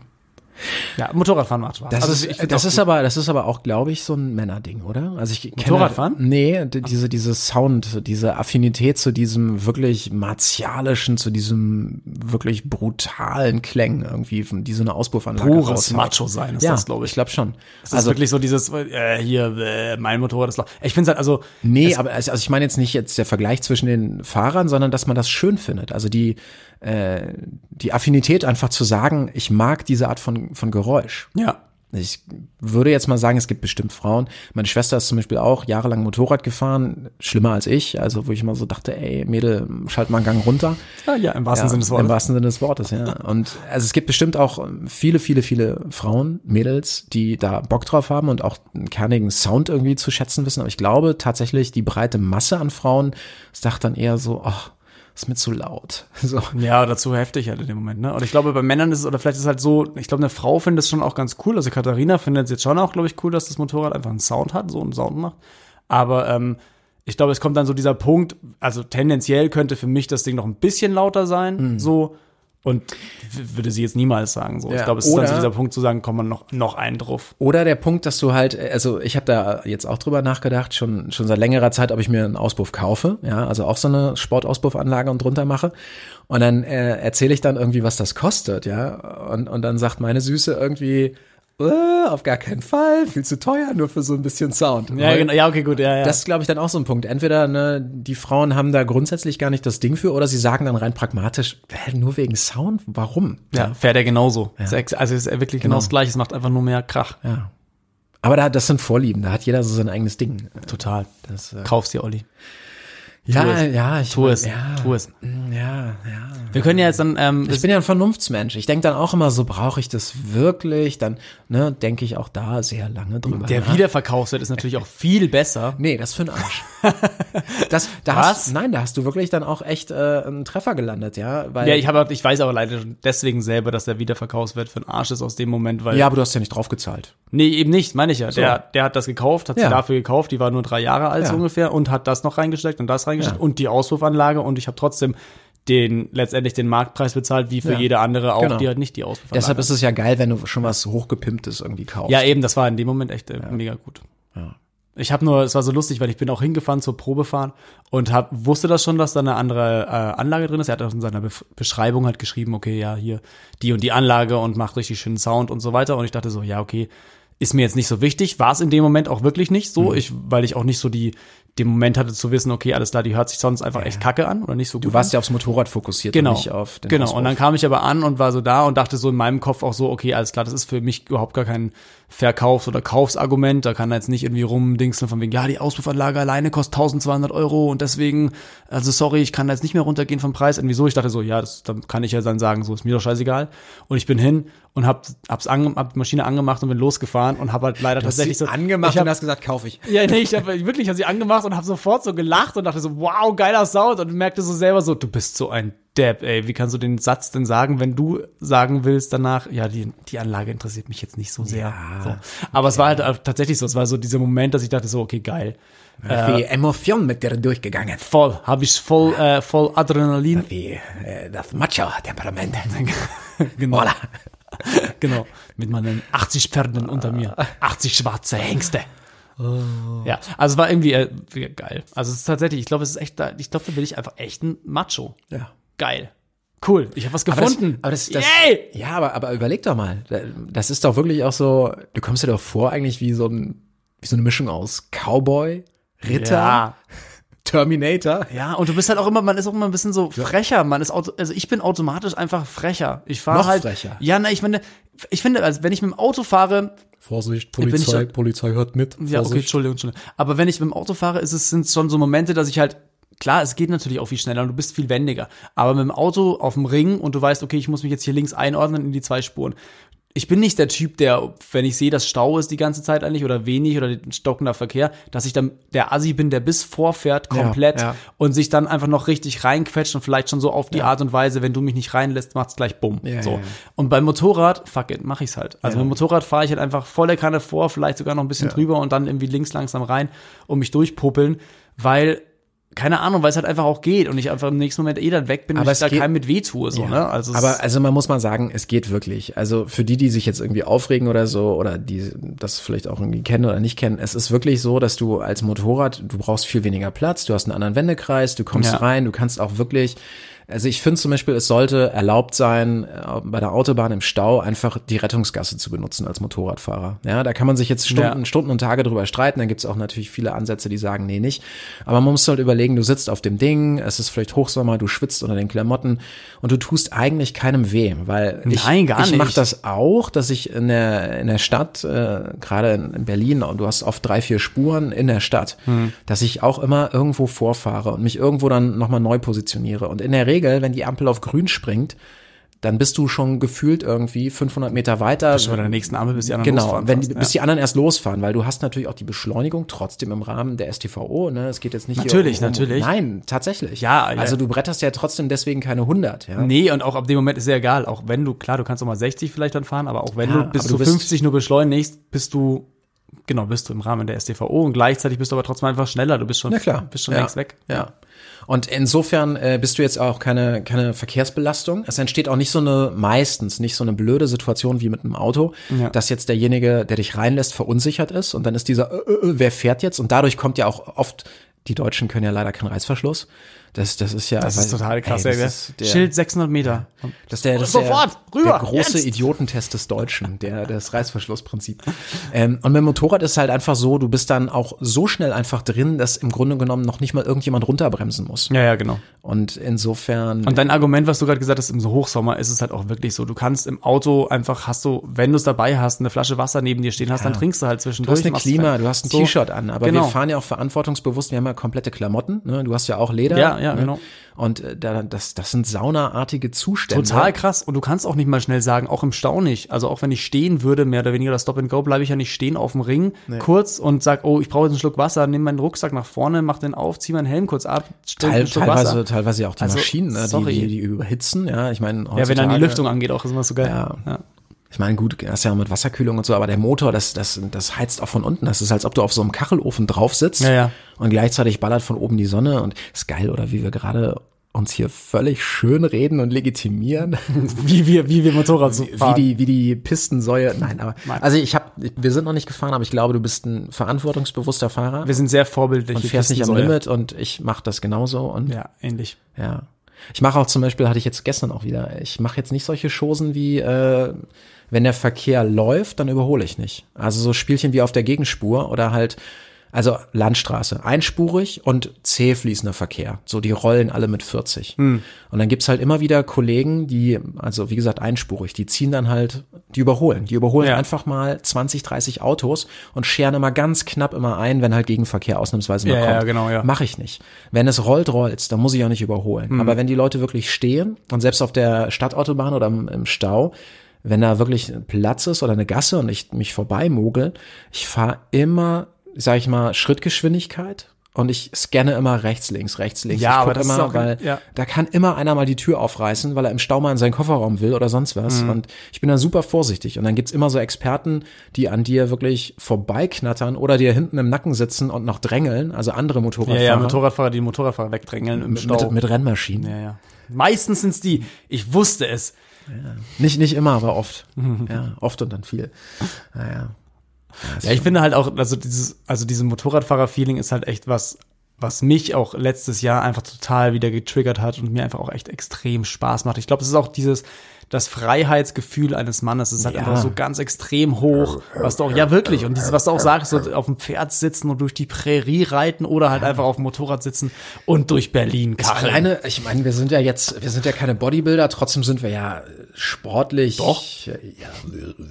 Speaker 2: Ja, Motorradfahren macht Spaß.
Speaker 3: Das
Speaker 2: Also ich
Speaker 3: ist, äh,
Speaker 2: find's
Speaker 3: das
Speaker 2: auch
Speaker 3: ist
Speaker 2: gut.
Speaker 3: aber, das ist aber auch, glaube ich, so ein Männerding, oder? Also ich kenne-
Speaker 2: Motorradfahren?
Speaker 3: Nee, d- diese, diese Sound, diese Affinität zu diesem wirklich martialischen, zu diesem wirklich brutalen Klängen irgendwie, von- die so eine Auspuffanlage
Speaker 2: pures
Speaker 3: raushaut.
Speaker 2: Macho sein ist
Speaker 3: Ja,
Speaker 2: das, glaube ich.
Speaker 3: ich glaube schon. Also
Speaker 2: Das ist wirklich so dieses, äh, hier, äh, mein Motorrad ist lau- Ich finde es halt, also,
Speaker 3: Nee, aber also, also ich meine jetzt nicht jetzt der Vergleich zwischen den Fahrern, sondern dass man das schön findet. Also die, äh, die Affinität einfach zu sagen, ich mag diese Art von, von Geräusch.
Speaker 2: ja,
Speaker 3: Ich würde jetzt mal sagen, es gibt bestimmt Frauen. Meine Schwester ist zum Beispiel auch jahrelang Motorrad gefahren, schlimmer als ich. Also wo ich immer so dachte, ey Mädel, schalt mal einen Gang runter.
Speaker 2: ja, ja im wahrsten
Speaker 3: Ja,
Speaker 2: Sinne des
Speaker 3: Im
Speaker 2: Wortes.
Speaker 3: wahrsten Sinne des Wortes, ja. Und also es gibt bestimmt auch viele, viele, viele Frauen, Mädels, die da Bock drauf haben und auch einen kernigen Sound irgendwie zu schätzen wissen. Aber ich glaube tatsächlich, die breite Masse an Frauen sagt dann eher so, ach, ist mir zu laut. So.
Speaker 2: Ja, oder zu heftig halt in dem Moment, ne? Und ich glaube, bei Männern ist es, oder vielleicht ist es halt so, ich glaube, eine Frau findet es schon auch ganz cool. Also Katharina findet es jetzt schon auch, glaube ich, cool, dass das Motorrad einfach einen Sound hat, so einen Sound macht. Aber ähm, ich glaube, es kommt dann so dieser Punkt, also tendenziell könnte für mich das Ding noch ein bisschen lauter sein, so. Und w- würde sie jetzt niemals sagen, so.
Speaker 3: Ja,
Speaker 2: Ich glaube, es ist dann
Speaker 3: oder-
Speaker 2: so dieser Punkt zu sagen, komm, man noch, noch einen drauf.
Speaker 3: Oder der Punkt, dass du halt, also ich habe da jetzt auch drüber nachgedacht, schon, schon seit längerer Zeit, ob ich mir einen Auspuff kaufe, ja, also auch so eine Sportauspuffanlage und drunter mache. Und dann äh, erzähle ich dann irgendwie, was das kostet, ja. Und, und dann sagt meine Süße irgendwie, äh, auf gar keinen Fall, viel zu teuer, nur für so ein bisschen Sound.
Speaker 2: Ja, genau, ja, okay, gut, ja, ja.
Speaker 3: Das ist, glaube ich, dann auch so ein Punkt. Entweder ne, die Frauen haben da grundsätzlich gar nicht das Ding für, oder sie sagen dann rein pragmatisch, hä, nur wegen Sound, warum?
Speaker 2: Ja, fährt er genauso. Ist ex- Also ist er wirklich genau, das Gleiche. Es macht einfach nur mehr Krach.
Speaker 3: Ja. Aber da, das sind Vorlieben, da hat jeder so sein eigenes Ding.
Speaker 2: Total.
Speaker 3: Das, äh,
Speaker 2: Kauf's dir, Olli.
Speaker 3: Ja,
Speaker 2: es.
Speaker 3: ja, ich
Speaker 2: Tu es.
Speaker 3: Ja,
Speaker 2: Tu es.
Speaker 3: Ja, ja.
Speaker 2: Wir können ja jetzt dann, ähm,
Speaker 3: Ich bin ja ein Vernunftsmensch. Ich denke dann auch immer so, brauche ich das wirklich? Dann ne, denke ich auch da sehr lange drüber.
Speaker 2: der
Speaker 3: nach.
Speaker 2: Wiederverkaufswert ist natürlich auch viel besser.
Speaker 3: Nee, das ist für den Arsch. Das, da
Speaker 2: Was?
Speaker 3: Hast, nein, da hast du wirklich dann auch echt äh, einen Treffer gelandet, ja? Weil,
Speaker 2: Ja, ich, habe, ich weiß aber leider schon deswegen selber, dass der Wiederverkaufswert für den Arsch ist aus dem Moment, weil.
Speaker 3: ja, aber du hast ja nicht draufgezahlt.
Speaker 2: Nee, eben nicht, meine ich ja. Der, der hat das gekauft, hat
Speaker 3: Ja.
Speaker 2: sie dafür gekauft, die war nur drei Jahre alt so
Speaker 3: Ja.
Speaker 2: ungefähr und hat das noch reingesteckt und das reingesteckt und die Auspuffanlage und ich habe trotzdem den letztendlich den Marktpreis bezahlt, wie für
Speaker 3: Ja.
Speaker 2: jede andere auch,
Speaker 3: Genau.
Speaker 2: die halt nicht die Auspuffanlage.
Speaker 3: Deshalb ist es ja geil, wenn du schon was hochgepimptes irgendwie kaufst.
Speaker 2: Ja, eben, das war in dem Moment echt äh, mega gut. Ich habe nur, es war so lustig, weil ich bin auch hingefahren zur Probefahren und hab, wusste das schon, dass da eine andere äh, Anlage drin ist. Er hat auch in seiner Bef Beschreibung halt geschrieben, okay, ja, hier die und die Anlage und macht richtig schönen Sound und so weiter. Und ich dachte
Speaker 3: Mhm.
Speaker 2: so, ja, okay, ist mir jetzt nicht so wichtig. War es in dem Moment auch wirklich nicht so, ich, weil ich auch nicht so die, den Moment hatte zu wissen, okay, alles klar, die hört sich sonst einfach echt kacke an oder nicht so gut.
Speaker 3: Du warst ja aufs Motorrad fokussiert
Speaker 2: genau,
Speaker 3: und nicht auf den
Speaker 2: Genau, und
Speaker 3: Auspuff.
Speaker 2: dann kam ich aber an und war so da und dachte so in meinem Kopf auch so, okay, alles klar, das ist für mich überhaupt gar kein Verkaufs- oder Kaufsargument, da kann er jetzt nicht irgendwie rumdingseln von wegen, ja, die Auspuffanlage alleine kostet 1200 Euro und deswegen, also sorry, ich kann da jetzt nicht mehr runtergehen vom Preis, irgendwie so, ich dachte so, ja, das dann kann ich ja dann sagen, so ist mir doch scheißegal und ich bin hin und hab, hab's ange, hab die Maschine angemacht und bin losgefahren und hab halt leider
Speaker 3: Du hast
Speaker 2: tatsächlich
Speaker 3: sie
Speaker 2: so
Speaker 3: angemacht
Speaker 2: ich hab,
Speaker 3: und hast gesagt, kaufe ich.
Speaker 2: ja, nee, ich habe wirklich hab sie angemacht und habe sofort so gelacht und dachte so, wow, geiler Sound und merkte so selber so, du bist so ein Depp, ey, wie kannst du den Satz denn sagen, wenn du sagen willst danach, ja, die, die Anlage interessiert mich jetzt nicht so sehr. so. Aber es war halt auch tatsächlich so, es war so dieser Moment, dass ich dachte so, okay, geil,
Speaker 3: Wie Emotion mit dir durchgegangen.
Speaker 2: voll, habe ich voll, äh, voll Adrenalin.
Speaker 3: Wie äh, das Macho-Temperament.
Speaker 2: genau,
Speaker 3: Voilà.
Speaker 2: genau, mit meinen 80 Pferden unter mir, 80 schwarze Hengste. Ja, also es war irgendwie äh, geil. Also es ist tatsächlich, ich glaube, es ist echt, da- ich glaube, da bin ich einfach echt ein Macho.
Speaker 3: Ja.
Speaker 2: Geil. Cool, ich habe was gefunden.
Speaker 3: Aber das, aber das, das
Speaker 2: Yay!
Speaker 3: ja, aber, aber überleg doch mal. Das ist doch wirklich auch so, du kommst dir doch vor eigentlich wie so, ein, wie so eine Mischung aus Cowboy, Ritter,
Speaker 2: Ja.
Speaker 3: Terminator.
Speaker 2: Ja, und du bist halt auch immer, man ist auch immer ein bisschen so frecher. Man ist auto, also ich bin automatisch einfach frecher. Ich fahre
Speaker 3: Noch
Speaker 2: halt.
Speaker 3: frecher.
Speaker 2: Ja, na, ich finde, ich finde, also wenn ich mit dem Auto fahre,
Speaker 3: Vorsicht,
Speaker 2: bin ich schon-
Speaker 3: Polizei hört mit.
Speaker 2: ja, okay, Entschuldigung, Entschuldigung. Aber wenn ich mit dem Auto fahre, ist es, sind schon so Momente, dass ich halt, klar, es geht natürlich auch viel schneller und du bist viel wendiger. Aber mit dem Auto auf dem Ring und du weißt, okay, ich muss mich jetzt hier links einordnen in die zwei Spuren. Ich bin nicht der Typ, der, wenn ich sehe, dass Stau ist die ganze Zeit eigentlich oder wenig oder stockender Verkehr, dass ich dann der Assi bin, der bis vorfährt komplett
Speaker 3: ja.
Speaker 2: und sich dann einfach noch richtig reinquetscht und vielleicht schon so auf die Art und Weise, wenn du mich nicht reinlässt, macht's gleich bumm.
Speaker 3: Ja,
Speaker 2: so.
Speaker 3: ja, ja.
Speaker 2: Und beim Motorrad, fuck it, mach ich's halt. Also beim Motorrad fahre ich halt einfach volle Kanne vor, vielleicht sogar noch ein bisschen drüber und dann irgendwie links langsam rein und mich durchpuppeln, weil keine Ahnung, weil es halt einfach auch geht und ich einfach im nächsten Moment eh dann weg bin
Speaker 3: Aber
Speaker 2: und ich
Speaker 3: es
Speaker 2: da
Speaker 3: geht-
Speaker 2: keinem mit weh tue, so, ne? Also es-
Speaker 3: Aber also man muss mal sagen, es geht wirklich. Also für die, die sich jetzt irgendwie aufregen oder so oder die das vielleicht auch irgendwie kennen oder nicht kennen, es ist wirklich so, dass du als Motorrad, du brauchst viel weniger Platz, du hast einen anderen Wendekreis, du kommst
Speaker 2: Ja.
Speaker 3: rein, du kannst auch wirklich. Also ich finde zum Beispiel, es sollte erlaubt sein, äh, bei der Autobahn im Stau einfach die Rettungsgasse zu benutzen als Motorradfahrer. Ja, da kann man sich jetzt Stunden,
Speaker 2: Ja.
Speaker 3: Stunden und Tage drüber streiten. Dann gibt's auch natürlich viele Ansätze, die sagen, nee, nicht. Aber man muss halt überlegen, du sitzt auf dem Ding, es ist vielleicht Hochsommer, du schwitzt unter den Klamotten und du tust eigentlich keinem weh, weil ich,
Speaker 2: Nein, gar
Speaker 3: ich mache
Speaker 2: nicht.
Speaker 3: das auch, dass ich in der, in der Stadt, äh, gerade in, in Berlin, und du hast oft drei, vier Spuren in der Stadt,
Speaker 2: Hm.
Speaker 3: dass ich auch immer irgendwo vorfahre und mich irgendwo dann nochmal neu positioniere. Und in der Regel, wenn die Ampel auf grün springt, dann bist du schon gefühlt irgendwie 500 Meter weiter.
Speaker 2: schon bei der nächsten Ampel bis die anderen
Speaker 3: Genau,
Speaker 2: losfahren
Speaker 3: wenn,
Speaker 2: fast,
Speaker 3: bis die anderen erst losfahren, weil du hast natürlich auch die Beschleunigung trotzdem im Rahmen der STVO. Ne? Es geht jetzt nicht
Speaker 2: Natürlich,
Speaker 3: hier um,
Speaker 2: natürlich.
Speaker 3: Nein, tatsächlich.
Speaker 2: Ja, ja.
Speaker 3: also du bretterst ja trotzdem deswegen keine 100. Ja?
Speaker 2: Nee, und auch ab dem Moment ist ja egal. Auch wenn du, klar, du kannst auch mal 60 vielleicht dann fahren, aber auch wenn
Speaker 3: Ja,
Speaker 2: du bis
Speaker 3: aber
Speaker 2: zu
Speaker 3: du bist-
Speaker 2: 50 nur beschleunigst, bist du, genau, bist du im Rahmen der STVO und gleichzeitig bist du aber trotzdem einfach schneller. Du bist schon,
Speaker 3: Na klar.
Speaker 2: bist schon
Speaker 3: ja.
Speaker 2: längst weg.
Speaker 3: Ja. Und insofern äh, bist du jetzt auch keine, keine Verkehrsbelastung. Es entsteht auch nicht so eine, meistens nicht so eine blöde Situation wie mit einem Auto, dass jetzt derjenige, der dich reinlässt, verunsichert ist und dann ist dieser, äh, äh, äh, wer fährt jetzt? Und dadurch kommt ja auch oft, die Deutschen können ja leider keinen Reißverschluss. Das, das ist ja.
Speaker 2: Das ist total krass.
Speaker 3: Ey,
Speaker 2: ja,
Speaker 3: das ist
Speaker 2: gell?
Speaker 3: der,
Speaker 2: Schild 600 Meter.
Speaker 3: das ist der, das ist
Speaker 2: Sofort,
Speaker 3: der,
Speaker 2: rüber,
Speaker 3: der große
Speaker 2: jetzt!
Speaker 3: Idiotentest des Deutschen, der, das Reißverschlussprinzip. Ähm, und beim Motorrad ist halt einfach so, du bist dann auch so schnell einfach drin, dass im Grunde genommen noch nicht mal irgendjemand runterbremsen muss.
Speaker 2: Ja, ja, genau.
Speaker 3: Und insofern.
Speaker 2: Und dein Argument, was du gerade gesagt hast, im Hochsommer ist es halt auch wirklich so. Du kannst im Auto einfach, hast du, wenn du es dabei hast, eine Flasche Wasser neben dir stehen hast, dann trinkst du halt
Speaker 3: Du
Speaker 2: zwischendurch.
Speaker 3: hast eine
Speaker 2: machst
Speaker 3: Klima,
Speaker 2: frei.
Speaker 3: du hast ein
Speaker 2: So,
Speaker 3: T-Shirt an, aber
Speaker 2: genau.
Speaker 3: wir fahren ja auch verantwortungsbewusst, wir haben ja komplette Klamotten, ne? du hast ja auch Leder.
Speaker 2: Ja, ja,
Speaker 3: ne?
Speaker 2: genau.
Speaker 3: Und äh, da, das, das sind saunaartige Zustände.
Speaker 2: Total krass. Und du kannst auch nicht mal schnell sagen, auch im Stau nicht. Also auch wenn ich stehen würde, mehr oder weniger, das Stop and Go, bleibe ich ja nicht stehen auf dem Ring, kurz und sag, oh, ich brauche jetzt einen Schluck Wasser, nimm meinen Rucksack nach vorne, mach den auf, zieh meinen Helm kurz ab, stell
Speaker 3: Teil,
Speaker 2: einen Schluck
Speaker 3: teilweise, teilweise ja auch die
Speaker 2: Also,
Speaker 3: Maschinen, ne? die,
Speaker 2: sorry.
Speaker 3: die, die überhitzen, ja. Ich meine,
Speaker 2: Ja, wenn dann die
Speaker 3: heutzutage-
Speaker 2: Lüftung angeht, auch ist immer so geil.
Speaker 3: Ja. Ich meine, gut, das ist ja auch mit Wasserkühlung und so, aber der Motor, das, das, das heizt auch von unten. Das ist, als ob du auf so einem Kachelofen drauf sitzt
Speaker 2: Ja, ja.
Speaker 3: und gleichzeitig ballert von oben die Sonne und ist geil, oder wie wir gerade uns hier völlig schön reden und legitimieren.
Speaker 2: Wie wir, wie wir Motorrad so
Speaker 3: Wie
Speaker 2: fahren.
Speaker 3: die, wie die Pistensäue. Nein, aber.
Speaker 2: Nein.
Speaker 3: Also ich habe, wir sind noch nicht gefahren, aber ich glaube, du bist ein verantwortungsbewusster Fahrer.
Speaker 2: wir sind sehr vorbildlich.
Speaker 3: und fährst nicht am Limit und ich mache das genauso und
Speaker 2: Ja, ähnlich.
Speaker 3: ja. Ich mache auch zum Beispiel, hatte ich jetzt gestern auch wieder, ich mache jetzt nicht solche Chosen wie, äh, wenn der Verkehr läuft, dann überhole ich nicht. Also so Spielchen wie auf der Gegenspur oder halt Also Landstraße, einspurig und zäh fließender Verkehr. So, die rollen alle mit 40. Und dann gibt's halt immer wieder Kollegen, die, also wie gesagt, einspurig, die ziehen dann halt, die überholen. Die überholen
Speaker 2: Ja.
Speaker 3: einfach mal 20, 30 Autos und scheren immer ganz knapp immer ein, wenn halt Gegenverkehr ausnahmsweise mal
Speaker 2: Ja,
Speaker 3: kommt.
Speaker 2: ja, genau, ja. Mhm.
Speaker 3: Mache ich nicht. Wenn es rollt, rollt's, dann muss ich auch nicht überholen. Aber wenn die Leute wirklich stehen und selbst auf der Stadtautobahn oder im, im Stau, wenn da wirklich Platz ist oder eine Gasse und ich mich vorbeimogel, ich fahre immer, sag ich mal, Schrittgeschwindigkeit und ich scanne immer rechts, links, rechts, links.
Speaker 2: Ja,
Speaker 3: ich
Speaker 2: aber
Speaker 3: guck
Speaker 2: das ist
Speaker 3: immer,
Speaker 2: auch-
Speaker 3: weil
Speaker 2: ja.
Speaker 3: da kann immer einer mal die Tür aufreißen, weil er im Stau mal in seinen Kofferraum will oder sonst
Speaker 2: Mhm.
Speaker 3: was. Und ich bin da super vorsichtig. Und dann gibt's immer so Experten, die an dir wirklich vorbeiknattern oder dir hinten im Nacken sitzen und noch drängeln, also andere
Speaker 2: Ja,
Speaker 3: Motorradfahrer.
Speaker 2: ja, Motorradfahrer, die den Motorradfahrer wegdrängeln im Stau.
Speaker 3: Mit, mit Rennmaschinen.
Speaker 2: ja, ja. Meistens sind's die. Ich wusste es.
Speaker 3: Nicht, nicht immer, aber oft.
Speaker 2: Mhm.
Speaker 3: ja, oft und dann viel. Naja.
Speaker 2: Ja, ich finde halt auch, also dieses, also dieses Motorradfahrer-Feeling ist halt echt was, was mich auch letztes Jahr einfach total wieder getriggert hat und mir einfach auch echt extrem Spaß macht. Ich glaube, es ist auch dieses, das Freiheitsgefühl eines Mannes ist halt
Speaker 3: Ja.
Speaker 2: einfach so ganz extrem hoch, was du auch, ja wirklich, und dieses, was du auch sagst, so auf dem Pferd sitzen und durch die Prärie reiten oder halt einfach auf dem Motorrad sitzen und durch Berlin kacheln.
Speaker 3: Alleine, ich meine, wir sind ja jetzt, wir sind ja keine Bodybuilder, trotzdem sind wir ja äh, sportlich. Doch. Ja,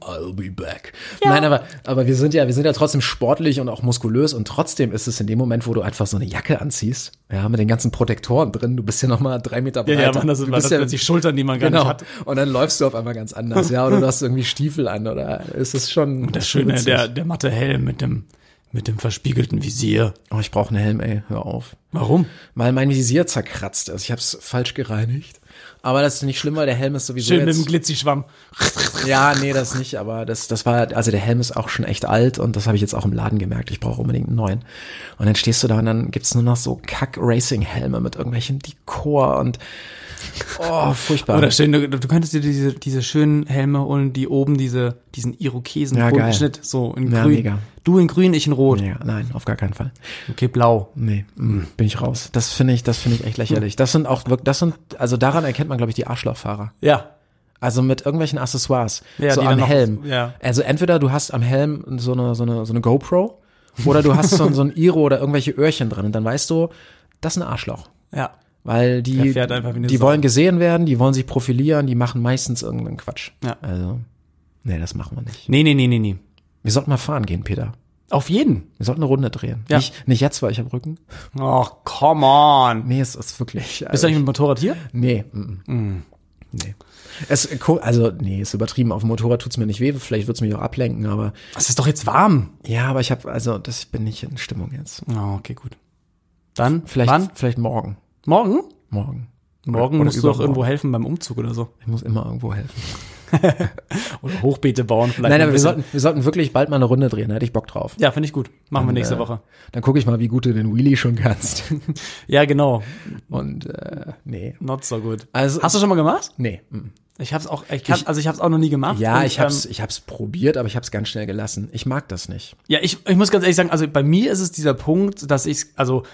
Speaker 3: I'll be back. Nein, aber, aber wir sind ja, wir sind ja trotzdem sportlich und auch muskulös und trotzdem ist es in dem Moment, wo du einfach so eine Jacke anziehst, ja, mit den ganzen Protektoren drin, du bist ja nochmal drei Meter breit.
Speaker 2: ja, ja, man, das
Speaker 3: du
Speaker 2: sind das
Speaker 3: bist ja,
Speaker 2: plötzlich Schultern, die man gar
Speaker 3: genau.
Speaker 2: nicht hat.
Speaker 3: Und dann läufst du auf einmal ganz anders, ja, oder du hast irgendwie Stiefel an oder ist es ist schon.
Speaker 2: Das Schöne,
Speaker 3: witzig.
Speaker 2: der, der matte Helm mit dem, mit dem verspiegelten Visier.
Speaker 3: Oh, ich brauche einen Helm, ey, hör auf.
Speaker 2: Warum?
Speaker 3: weil mein Visier zerkratzt ist. Ich habe es falsch gereinigt. Aber das ist nicht schlimm, weil der Helm ist sowieso
Speaker 2: Schön mit dem
Speaker 3: jetzt.
Speaker 2: Glitzischwamm.
Speaker 3: Ja, nee, das nicht. Aber das, das war, also der Helm ist auch schon echt alt und das habe ich jetzt auch im Laden gemerkt. Ich brauche unbedingt einen neuen. Und dann stehst du da und dann gibt's nur noch so Kack-Racing-Helme mit irgendwelchem Dekor und oh, furchtbar.
Speaker 2: Oder schön, du, du könntest dir diese, diese schönen Helme holen, die oben diese, diesen Irokesen
Speaker 3: Ja,
Speaker 2: bunten
Speaker 3: geil.
Speaker 2: Schnitt, so in
Speaker 3: Ja,
Speaker 2: grün.
Speaker 3: mega.
Speaker 2: Du in grün, ich in rot.
Speaker 3: ja, nein, auf gar keinen Fall.
Speaker 2: Okay, blau.
Speaker 3: Nee, mm, bin ich raus. Das finde ich, das finde ich echt
Speaker 2: Hm.
Speaker 3: lächerlich. Das sind auch wirklich, das sind, also daran erkennt man, glaube ich, die Arschlochfahrer.
Speaker 2: Ja.
Speaker 3: Also mit irgendwelchen Accessoires.
Speaker 2: Ja,
Speaker 3: so
Speaker 2: die
Speaker 3: am
Speaker 2: dann noch-
Speaker 3: Helm.
Speaker 2: ja.
Speaker 3: Also entweder du hast am Helm so eine, so eine, so eine GoPro oder du hast so, ein- so ein Iro oder irgendwelche Öhrchen drin. Und dann weißt du, das ist ein Arschloch.
Speaker 2: Ja.
Speaker 3: Weil die,
Speaker 2: Der fährt einfach wie eine
Speaker 3: die
Speaker 2: Sau.
Speaker 3: wollen gesehen werden, die wollen sich profilieren, die machen meistens irgendeinen Quatsch.
Speaker 2: Ja.
Speaker 3: Also, nee, das machen wir nicht.
Speaker 2: Nee, nee, nee, nee, nee.
Speaker 3: Wir sollten mal fahren gehen, Peter.
Speaker 2: Auf jeden.
Speaker 3: Wir sollten eine Runde drehen.
Speaker 2: Ja.
Speaker 3: Nicht, nicht jetzt, weil ich am Rücken.
Speaker 2: Oh, come on.
Speaker 3: Nee, es ist wirklich.
Speaker 2: Bist du eigentlich mit dem Motorrad hier?
Speaker 3: Nee. Mm, mm. Nee. Es, also, nee, ist übertrieben. Auf dem Motorrad tut's mir nicht weh. Vielleicht wird's mich auch ablenken, aber
Speaker 2: Es ist doch jetzt warm.
Speaker 3: Ja, aber ich habe also das ich bin nicht in Stimmung jetzt.
Speaker 2: Oh, okay, gut. Dann,
Speaker 3: Vielleicht
Speaker 2: wann?
Speaker 3: vielleicht morgen,
Speaker 2: Morgen?
Speaker 3: morgen.
Speaker 2: Morgen
Speaker 3: oder
Speaker 2: musst du doch
Speaker 3: übermorgen.
Speaker 2: irgendwo helfen beim Umzug oder so.
Speaker 3: Ich muss immer irgendwo helfen.
Speaker 2: Oder Hochbeete bauen vielleicht.
Speaker 3: Nein,
Speaker 2: ein
Speaker 3: aber wir
Speaker 2: bisschen.
Speaker 3: sollten wir sollten wirklich bald mal eine Runde drehen, da hätte ich Bock drauf.
Speaker 2: Ja, finde ich gut. Machen wir nächste
Speaker 3: äh,
Speaker 2: Woche.
Speaker 3: Dann gucke ich mal, wie gut du den Wheelie schon kannst.
Speaker 2: Ja, genau.
Speaker 3: Und äh, nee.
Speaker 2: Not so gut.
Speaker 3: Also-
Speaker 2: Hast du schon mal gemacht?
Speaker 3: Nee. mm.
Speaker 2: Ich hab's auch, ich kann, also ich hab's auch noch nie gemacht.
Speaker 3: Ja,
Speaker 2: Und, ähm,
Speaker 3: ich hab's ich hab's probiert, aber ich hab's ganz schnell gelassen. Ich mag das nicht.
Speaker 2: Ja, ich, ich muss ganz ehrlich sagen, also bei mir ist es dieser Punkt, dass ich, also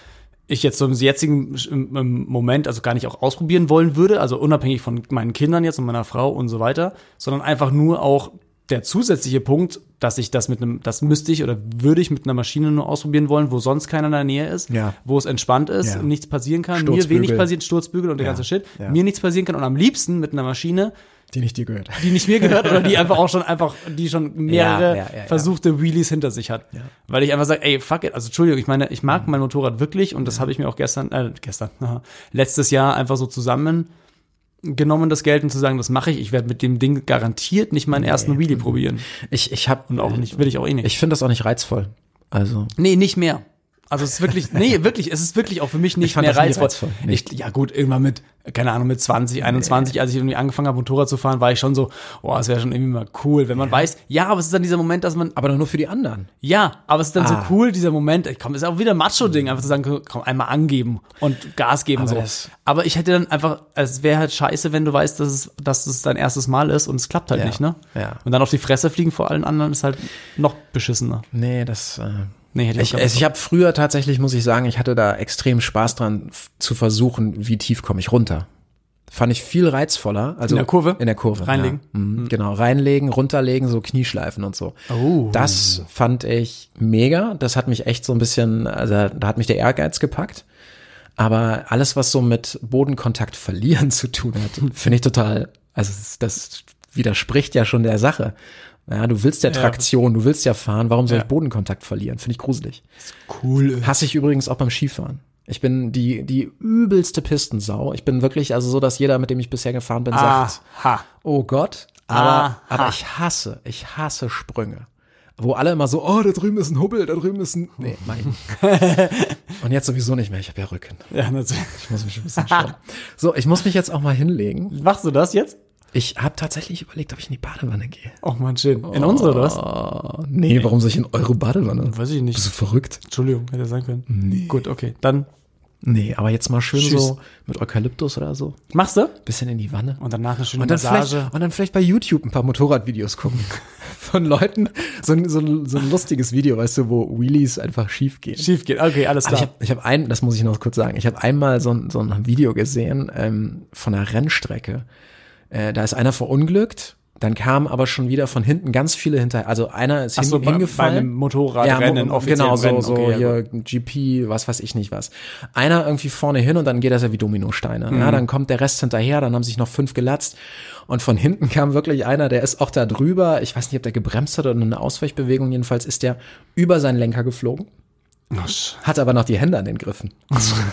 Speaker 2: ich jetzt so im jetzigen Sch- im- im Moment also gar nicht auch ausprobieren wollen würde, also unabhängig von meinen Kindern jetzt und meiner Frau und so weiter, sondern einfach nur auch der zusätzliche Punkt, dass ich das mit einem, das müsste ich oder würde ich mit einer Maschine nur ausprobieren wollen, wo sonst keiner in der Nähe ist,
Speaker 3: Ja.
Speaker 2: wo es entspannt ist,
Speaker 3: Ja.
Speaker 2: nichts passieren kann, mir
Speaker 3: Sturzbügel.
Speaker 2: wenig passiert, Sturzbügel und der
Speaker 3: Ja.
Speaker 2: ganze Shit,
Speaker 3: Ja.
Speaker 2: mir nichts passieren kann und am liebsten mit einer Maschine,
Speaker 3: Die nicht dir gehört.
Speaker 2: die nicht mir gehört oder die einfach auch schon einfach, die schon mehrere
Speaker 3: ja, ja, ja.
Speaker 2: versuchte Wheelies hinter sich hat. Weil ich einfach sage, ey, fuck it. Also Entschuldigung, ich meine, ich mag mein Motorrad wirklich und das habe ich mir auch gestern, äh, gestern, haha, letztes Jahr einfach so zusammengenommen, das Geld und zu sagen, das mache ich. Ich werde mit dem Ding garantiert nicht meinen ersten Wheelie probieren.
Speaker 3: Ich ich hab
Speaker 2: Und auch nicht, will ich auch eh nicht.
Speaker 3: ich finde das auch nicht reizvoll. Also
Speaker 2: Nee, nicht mehr. Also es ist wirklich, nee, wirklich, es ist wirklich auch für mich nicht
Speaker 3: fand
Speaker 2: mehr
Speaker 3: das nie
Speaker 2: reizvoll.
Speaker 3: reizvoll, nee.
Speaker 2: Ich, ja gut, irgendwann mit, keine Ahnung, mit 20, 21, als ich irgendwie angefangen habe, Motorrad zu fahren, war ich schon so, oh, es wäre schon irgendwie mal cool, wenn man weiß, ja, aber es ist dann dieser Moment, dass man,
Speaker 3: aber doch nur für die anderen.
Speaker 2: ja, aber es ist dann
Speaker 3: Ah. Mhm.
Speaker 2: so cool, dieser Moment, ey, komm, ist auch wieder ein Macho-Ding, einfach zu sagen, komm, einmal angeben und Gas geben
Speaker 3: Aber
Speaker 2: so.
Speaker 3: das-
Speaker 2: aber ich hätte dann einfach, es wäre halt scheiße, wenn du weißt, dass es, dass es dein erstes Mal ist und es klappt halt
Speaker 3: Ja,
Speaker 2: nicht, ne?
Speaker 3: ja.
Speaker 2: Und dann auf die Fresse fliegen vor allen anderen ist halt noch beschissener.
Speaker 3: Nee, das äh,
Speaker 2: Nee, hätte
Speaker 3: Ich,
Speaker 2: auch keinen
Speaker 3: also ich habe früher tatsächlich, muss ich sagen, ich hatte da extrem Spaß dran f- zu versuchen, wie tief komme ich runter. Fand ich viel reizvoller. Also
Speaker 2: In der Kurve?
Speaker 3: In der Kurve.
Speaker 2: Reinlegen? Hm.
Speaker 3: Ja. Mhm, genau, reinlegen, runterlegen, so Knieschleifen und so.
Speaker 2: Oh.
Speaker 3: Das fand ich mega. Das hat mich echt so ein bisschen, also da hat mich der Ehrgeiz gepackt. Aber alles, was so mit Bodenkontakt verlieren zu tun hat, finde ich total, also das- das widerspricht ja schon der Sache. Ja, du willst ja
Speaker 2: Ja.
Speaker 3: Traktion, du willst ja fahren, warum soll
Speaker 2: Ja.
Speaker 3: ich Bodenkontakt verlieren? Finde ich gruselig.
Speaker 2: Cool.
Speaker 3: Hasse ich übrigens auch beim Skifahren. Ich bin die, die übelste Pistensau. Ich bin wirklich, also so, dass jeder, mit dem ich bisher gefahren bin,
Speaker 2: Ah.
Speaker 3: sagt,
Speaker 2: Aha.
Speaker 3: oh Gott, aber,
Speaker 2: Aha.
Speaker 3: aber ich hasse, ich hasse Sprünge. Wo alle immer so, oh, da drüben ist ein Hubbel, da drüben ist ein. Nee, mein. Und jetzt sowieso nicht mehr, ich habe ja Rücken.
Speaker 2: Ja, natürlich.
Speaker 3: Ich muss mich ein bisschen schauen. So, ich muss mich jetzt auch mal hinlegen.
Speaker 2: Machst du das jetzt?
Speaker 3: Ich habe tatsächlich überlegt, ob ich in die Badewanne gehe.
Speaker 2: Oh man, schön. In unsere oder was?
Speaker 3: Oh, nee, warum soll ich in eure Badewanne?
Speaker 2: Weiß ich nicht.
Speaker 3: Bist du verrückt?
Speaker 2: Entschuldigung, hätte sein können. Nee. Gut, okay. Dann
Speaker 3: Nee, aber jetzt mal schön
Speaker 2: Tschüss.
Speaker 3: so mit Eukalyptus oder so.
Speaker 2: machst du
Speaker 3: Bisschen in die Wanne.
Speaker 2: und danach eine schöne
Speaker 3: Und dann,
Speaker 2: Massage.
Speaker 3: vielleicht, und dann vielleicht bei YouTube ein paar Motorradvideos gucken. Von Leuten. So ein, so, ein, so ein lustiges Video, weißt du, wo Wheelies einfach schief gehen.
Speaker 2: Schief geht. Okay, alles
Speaker 3: Aber Ah, ich
Speaker 2: klar.
Speaker 3: habe ich hab ein, das muss ich noch kurz sagen, ich habe einmal so ein, so ein Video gesehen ähm, von einer Rennstrecke. Äh, da ist einer verunglückt, dann kamen aber schon wieder von hinten ganz viele hinterher. Also einer ist
Speaker 2: Ach so,
Speaker 3: hin,
Speaker 2: bei-
Speaker 3: hingefallen.
Speaker 2: bei einem Motorradrennen,
Speaker 3: mo-
Speaker 2: offiziellen
Speaker 3: Genau, so,
Speaker 2: Rennen,
Speaker 3: so
Speaker 2: okay, ja,
Speaker 3: hier GP, was weiß ich nicht was. Einer irgendwie vorne hin und dann geht das ja wie Dominosteine.
Speaker 2: Mhm.
Speaker 3: Ja, dann kommt der Rest hinterher, dann haben sich noch fünf gelatzt. Und von hinten kam wirklich einer, der ist auch da drüber. Ich weiß nicht, ob der gebremst hat oder eine Ausweichbewegung. Jedenfalls ist der über seinen Lenker geflogen
Speaker 2: Oh,
Speaker 3: hatte aber noch die Hände an den Griffen. Also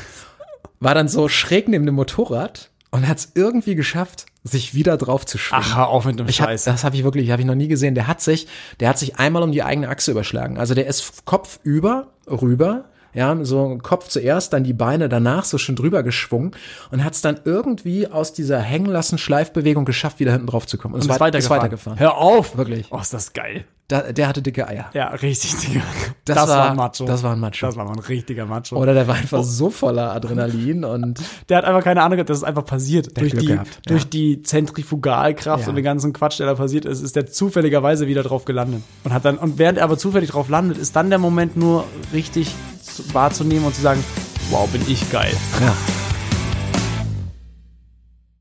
Speaker 3: War dann so schräg neben dem Motorrad und hat es irgendwie geschafft, sich wieder drauf zu schwingen.
Speaker 2: Ach, hör auf mit dem
Speaker 3: ich hab,
Speaker 2: Scheiß.
Speaker 3: das habe ich wirklich, habe ich noch nie gesehen. Der hat sich, der hat sich einmal um die eigene Achse überschlagen. Also der ist Kopf über, rüber, ja, so Kopf zuerst, dann die Beine danach so schon drüber geschwungen und hat es dann irgendwie aus dieser hängen lassen Schleifbewegung geschafft, wieder hinten drauf zu kommen. Und,
Speaker 2: Und
Speaker 3: ist
Speaker 2: ist
Speaker 3: wei-
Speaker 2: weitergefahren.
Speaker 3: Ist weitergefahren.
Speaker 2: Hör auf.
Speaker 3: Wirklich.
Speaker 2: Oh, ist das geil.
Speaker 3: Da, der hatte dicke Eier.
Speaker 2: Ja, richtig, Digga.
Speaker 3: Das war- das war ein Macho.
Speaker 2: Das war mal ein richtiger Macho.
Speaker 3: Oder der war einfach so voller Adrenalin und
Speaker 2: Der hat einfach keine Ahnung gehabt, das ist einfach passiert. Durch
Speaker 3: Glück
Speaker 2: die,
Speaker 3: gehabt, ja.
Speaker 2: durch die Zentrifugalkraft
Speaker 3: Ja.
Speaker 2: und den ganzen Quatsch, der da passiert ist, ist der zufälligerweise wieder drauf gelandet. Und hat dann, und während er aber zufällig drauf landet, ist dann der Moment nur richtig zu, wahrzunehmen und zu sagen, wow, bin ich geil.
Speaker 3: ja.